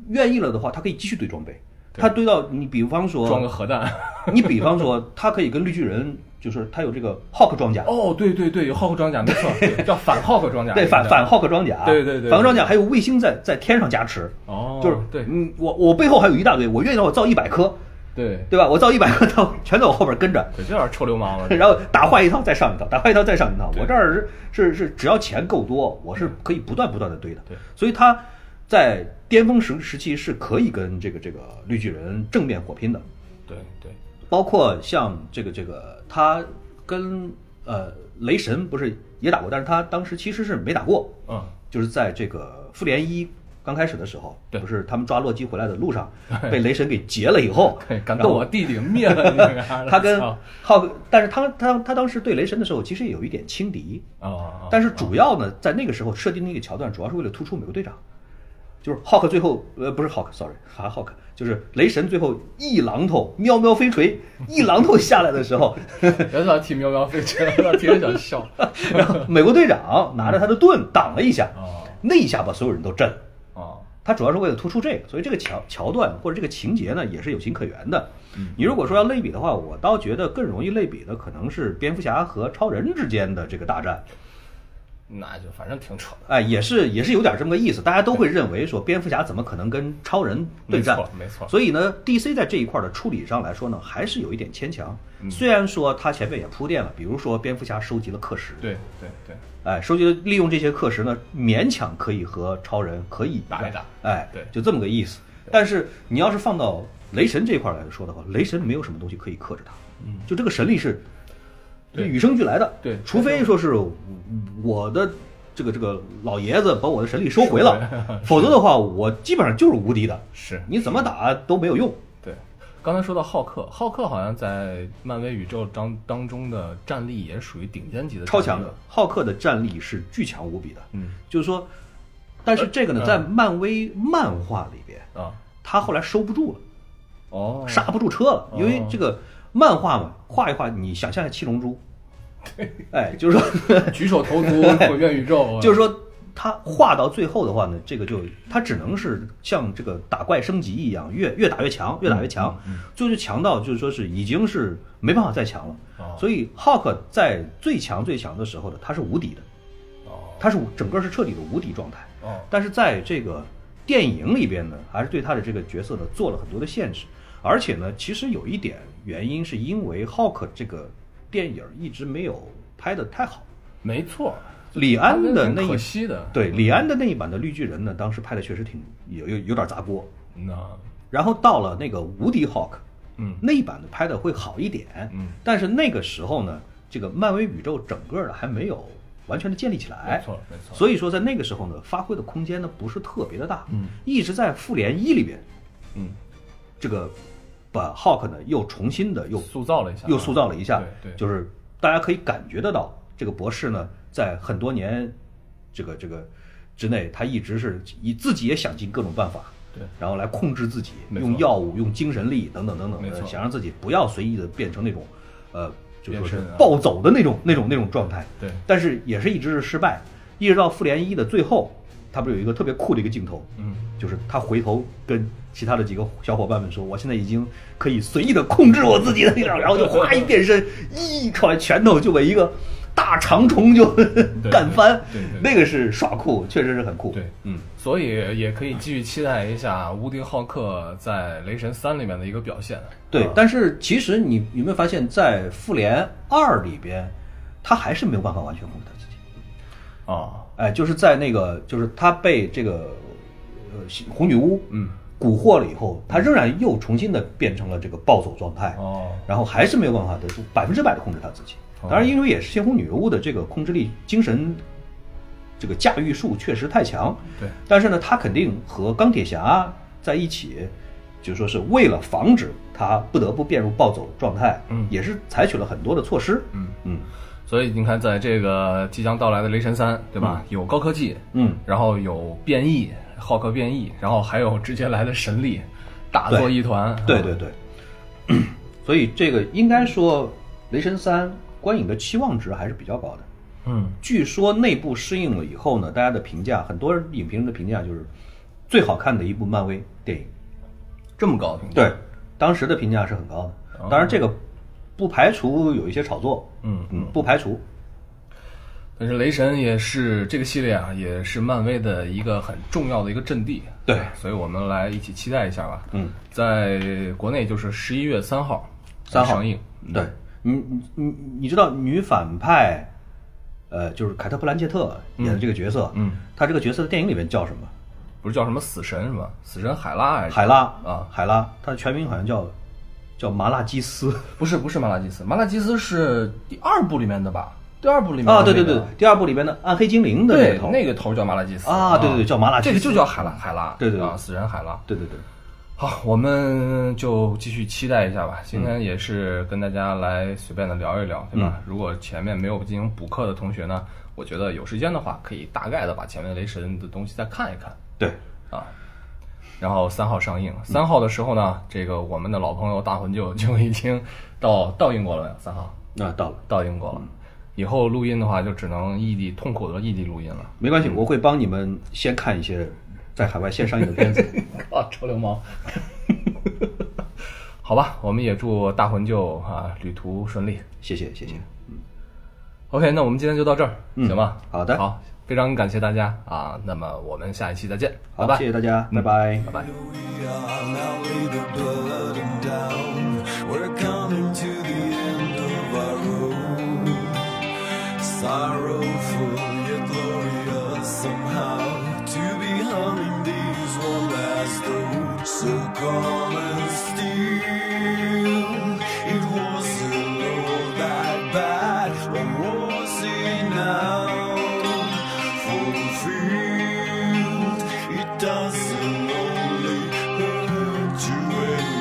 Speaker 2: 愿意了的话，他可以继续堆装备。他堆到你，比方
Speaker 1: 装个
Speaker 2: 说，
Speaker 1: 核弹。
Speaker 2: 你比方说，他可以跟绿巨人，就是他有这个 Hawk 装甲，
Speaker 1: 哦，对对对，有浩克装甲，没错， 叫反浩克装甲。
Speaker 2: 对反反 Hawk 装甲，
Speaker 1: 对对对对
Speaker 2: 反 Hawk 装甲还有卫星在在天上加持，
Speaker 1: 哦，
Speaker 2: 就是
Speaker 1: 对
Speaker 2: 嗯，我我背后还有一大堆，我愿意让我造一百颗，
Speaker 1: 对
Speaker 2: 对吧？我造一百颗， 他全在我后边跟着，
Speaker 1: 对，这有点臭流氓 了。
Speaker 2: 然后打坏一套再上一套，打坏一套再上一套。
Speaker 1: 对
Speaker 2: 我这儿是是是，只要钱够多，我是可以不断不断的堆的。
Speaker 1: 对，
Speaker 2: 所以他在巅峰时时期是可以跟这个这个绿巨人正面火拼的，
Speaker 1: 对对，
Speaker 2: 包括像这个这个他跟呃雷神不是也打过，但是他当时其实是没打过，
Speaker 1: 嗯，
Speaker 2: 就是在这个复联一。刚开始的时候，
Speaker 1: 对
Speaker 2: 不是他们抓洛基回来的路上被雷神给劫了以后，
Speaker 1: 对，敢
Speaker 2: 然
Speaker 1: 动
Speaker 2: 后
Speaker 1: 我弟弟，灭 了你啊！
Speaker 2: 他跟
Speaker 1: 啊
Speaker 2: 浩克，但是他他他当时对雷神的时候，其实也有一点轻敌，
Speaker 1: 啊，
Speaker 2: 但是主要呢，在那个时候设定那个桥段，主要是为了突出美国队长，就是浩克最后呃不是浩克，sorry，还浩克，就是雷神最后一榔头喵喵飞锤一榔头下来的时候，
Speaker 1: 别老提喵喵飞车， 老提着想笑。
Speaker 2: 然后美国队长拿着他的盾挡了一下，
Speaker 1: 哦
Speaker 2: 那一下把所有人都震了。
Speaker 1: 哦，
Speaker 2: 它主要是为了突出这个，所以这个桥桥段或者这个情节呢，也是有情可原的。
Speaker 1: 嗯
Speaker 2: 你如果说要类比的话，我倒觉得更容易类比的可能是蝙蝠侠和超人之间的这个大战。
Speaker 1: 那就反正挺扯的。
Speaker 2: 哎，也是也是有点这么个意思，大家都会认为说蝙蝠侠怎么可能跟超人对战
Speaker 1: 没错？没错
Speaker 2: 所以呢，DC 在这一块的处理上来说呢，还是有一点牵强。
Speaker 1: 嗯
Speaker 2: 虽然说它前面也铺垫了，比如说蝙蝠侠收集了课石，
Speaker 1: 对对对，
Speaker 2: 哎，收集了利用这些课石呢，勉强可以和超人可以
Speaker 1: 打一打，
Speaker 2: 哎，
Speaker 1: 对
Speaker 2: 就这么个意思。但是你要是放到雷神这块来说的话，雷神没有什么东西可以克制他，嗯，就这个神力是
Speaker 1: 对
Speaker 2: 与生俱来的，
Speaker 1: 对
Speaker 2: 除非说是我的这个这个老爷子把我的神力收回了，否则的话，我基本上就是无敌的，
Speaker 1: 是
Speaker 2: 你怎么打都没有用。
Speaker 1: 对。刚才说到浩克，浩克好像在漫威宇宙当当中的战力也属于顶尖级的，
Speaker 2: 超强的。浩克的战力是巨强无比的，
Speaker 1: 嗯
Speaker 2: 就是说，但是这个呢，在漫威漫画里边，
Speaker 1: 啊，
Speaker 2: 他后来收不住了。
Speaker 1: 哦，
Speaker 2: 刹不住车了，因为
Speaker 1: 哦
Speaker 2: 这个漫画嘛，画一画，你想象一下七龙珠，哎，就是 说，
Speaker 1: 举手投 足毁灭宇宙，啊
Speaker 2: 就是说，他画到最后的话呢，这个就他只能是像这个打怪升级一样，越越打越
Speaker 1: 嗯
Speaker 2: 强，越打越强，最后就强到就是说是已经是没办法再强了。
Speaker 1: 哦
Speaker 2: 所以浩克在最强最强的时候呢，他是无敌的，
Speaker 1: 哦
Speaker 2: 他是整个是彻底的无敌状态。
Speaker 1: 哦
Speaker 2: 但是在这个电影里边呢，还是对他的这个角色呢做了很多的限制，而且呢，其实有一点原因是因为浩克这个电影一直没有拍的太好。
Speaker 1: 没错，
Speaker 2: 李安的那
Speaker 1: 挺可
Speaker 2: 一
Speaker 1: 惜的，
Speaker 2: 对李安的那一版的绿巨人呢，当时拍的确实挺有有有点砸锅，
Speaker 1: 那
Speaker 2: 然后到了那个无敌 Hulk，
Speaker 1: 嗯
Speaker 2: 那一版的拍的会好一点，
Speaker 1: 嗯，
Speaker 2: 但是那个时候呢，这个漫威宇宙整个的还没有完全的建立起来，
Speaker 1: 没错没错
Speaker 2: 所以说在那个时候呢，发挥的空间呢不是特别的大，
Speaker 1: 嗯，
Speaker 2: 一直在复联一里边，
Speaker 1: 嗯，
Speaker 2: 这个把 Hulk 呢又重新的又
Speaker 1: 塑造了一下，
Speaker 2: 又塑造了一下，
Speaker 1: 对对
Speaker 2: 就是大家可以感觉得到，这个博士呢，在很多年这个这个之内，他一直是以自己也想尽各种办法，
Speaker 1: 对
Speaker 2: 然后来控制自己，
Speaker 1: 没错
Speaker 2: 用药物、用精神力等等等等
Speaker 1: 没
Speaker 2: 的，
Speaker 1: 错
Speaker 2: 想让自己不要随意的变成那种，呃，就说是
Speaker 1: 变身啊
Speaker 2: 暴走的那种那种那种状态。
Speaker 1: 对
Speaker 2: 但是也是一直是失败，一直到复联一的最后，他不是有一个特别酷的一个镜头，
Speaker 1: 嗯，
Speaker 2: 就是他回头跟其他的几个小伙伴们说：“我现在已经可以随意的控制我自 己的力量。”然后就哗一变身，一揣拳头就把一个大长虫就 干翻
Speaker 1: 对对对，
Speaker 2: 那个是耍酷，确实是很酷。
Speaker 1: 对
Speaker 2: 嗯，
Speaker 1: 所以也可以继续期待一下无敌浩克在《雷神三》里面的一个表现。
Speaker 2: 对。但是其实你有没有发现，在复联二里边，他还是没有办法完全控制他自己。
Speaker 1: 啊，
Speaker 2: 哎，就是在那个，就是他被这个呃红女巫
Speaker 1: 嗯
Speaker 2: 蛊惑了以后，他仍然又重新的变成了这个暴走状态。
Speaker 1: 哦，
Speaker 2: 然后还是没有办法得出百分之百的控制他自己。
Speaker 1: 哦
Speaker 2: 当然，因为也是仙红女巫的这个控制力、精神这个驾驭术确实太强。
Speaker 1: 对，
Speaker 2: 但是呢，他肯定和钢铁侠在一起，就说是为了防止他不得不变入暴走状态，
Speaker 1: 嗯
Speaker 2: 也是采取了很多的措施。
Speaker 1: 嗯，
Speaker 2: 嗯
Speaker 1: 所以你看，在这个即将到来的《雷神三》，对吧？有高科技，
Speaker 2: 嗯，
Speaker 1: 然后有变异，浩克变异，然后还有直接来的神力，打作一团。
Speaker 2: 对对对。 所以这个应该说，《雷神三》观影的期望值还是比较高的。
Speaker 1: 嗯，
Speaker 2: 据说内部适应了以后呢，大家的评价，很多影评人的评价就是最好看的一部漫威电影。
Speaker 1: 这么高的评价，
Speaker 2: 对，当时的评价是很高的。当然，这个不排除有一些炒作，
Speaker 1: 嗯
Speaker 2: 嗯，不排除。
Speaker 1: 但是雷神也是这个系列啊，也是漫威的一个很重要的一个阵地。
Speaker 2: 对
Speaker 1: 所以我们来一起期待一下吧。
Speaker 2: 嗯，
Speaker 1: 在国内就是十一月三号
Speaker 2: 三号
Speaker 1: 上映。
Speaker 2: 对，你你你嗯你知道女反派，呃，就是凯特·布兰切特演的这个角色，
Speaker 1: 嗯嗯，
Speaker 2: 她这个角色在电影里面叫什么？
Speaker 1: 不是叫什么死神什么死神海拉还是
Speaker 2: 海拉
Speaker 1: 啊
Speaker 2: 海拉，她的全名好像叫叫麻辣鸡丝
Speaker 1: 不是不是麻辣鸡丝，麻辣鸡丝是第二部里面的吧？第二部里面的
Speaker 2: 啊，对
Speaker 1: 那
Speaker 2: 对
Speaker 1: 个
Speaker 2: 对，第二部里面的暗黑精灵的那个
Speaker 1: 对
Speaker 2: 头，
Speaker 1: 那个头叫麻辣鸡丝
Speaker 2: 啊对对对叫麻辣鸡
Speaker 1: 这
Speaker 2: 丝
Speaker 1: 个就叫海拉海拉，
Speaker 2: 对对对
Speaker 1: 啊，死人海拉。
Speaker 2: 对对对，
Speaker 1: 好，我们就继续期待一下吧。今天也是跟大家来随便的聊一聊，对吧？
Speaker 2: 嗯
Speaker 1: 如果前面没有进行补课的同学呢，我觉得有时间的话，可以大概的把前面雷神的东西再看一看
Speaker 2: 对，
Speaker 1: 啊。然后三号上映，三号的时候呢，这个我们的老朋友大魂就就已经到到英国了没有？三号
Speaker 2: 那到了。
Speaker 1: 到英国了，以后录音的话就只能异地痛苦的异地录 音了。
Speaker 2: 没关系，我会帮你们先看一些在海外线上映的 片子。
Speaker 1: 啊，臭流 氓！好吧，我们也祝大魂舅啊旅途顺利。
Speaker 2: 谢谢，谢谢。
Speaker 1: OK，那我们今天就到这儿，
Speaker 2: 嗯
Speaker 1: 行吧？
Speaker 2: 好的
Speaker 1: 好，非常感谢大家啊，那么我们下一期再见，拜
Speaker 2: 好，
Speaker 1: 拜，
Speaker 2: 谢谢大家，
Speaker 1: 嗯
Speaker 2: 拜拜。
Speaker 1: 拜拜。
Speaker 3: We are now later blooded down. We're coming to the end of our road. Sorrowful yet glorious somehow. To be humming these one last though. So calm and still. It wasn't all that bad. What was it now? fulfilled. It doesn't only hurt you and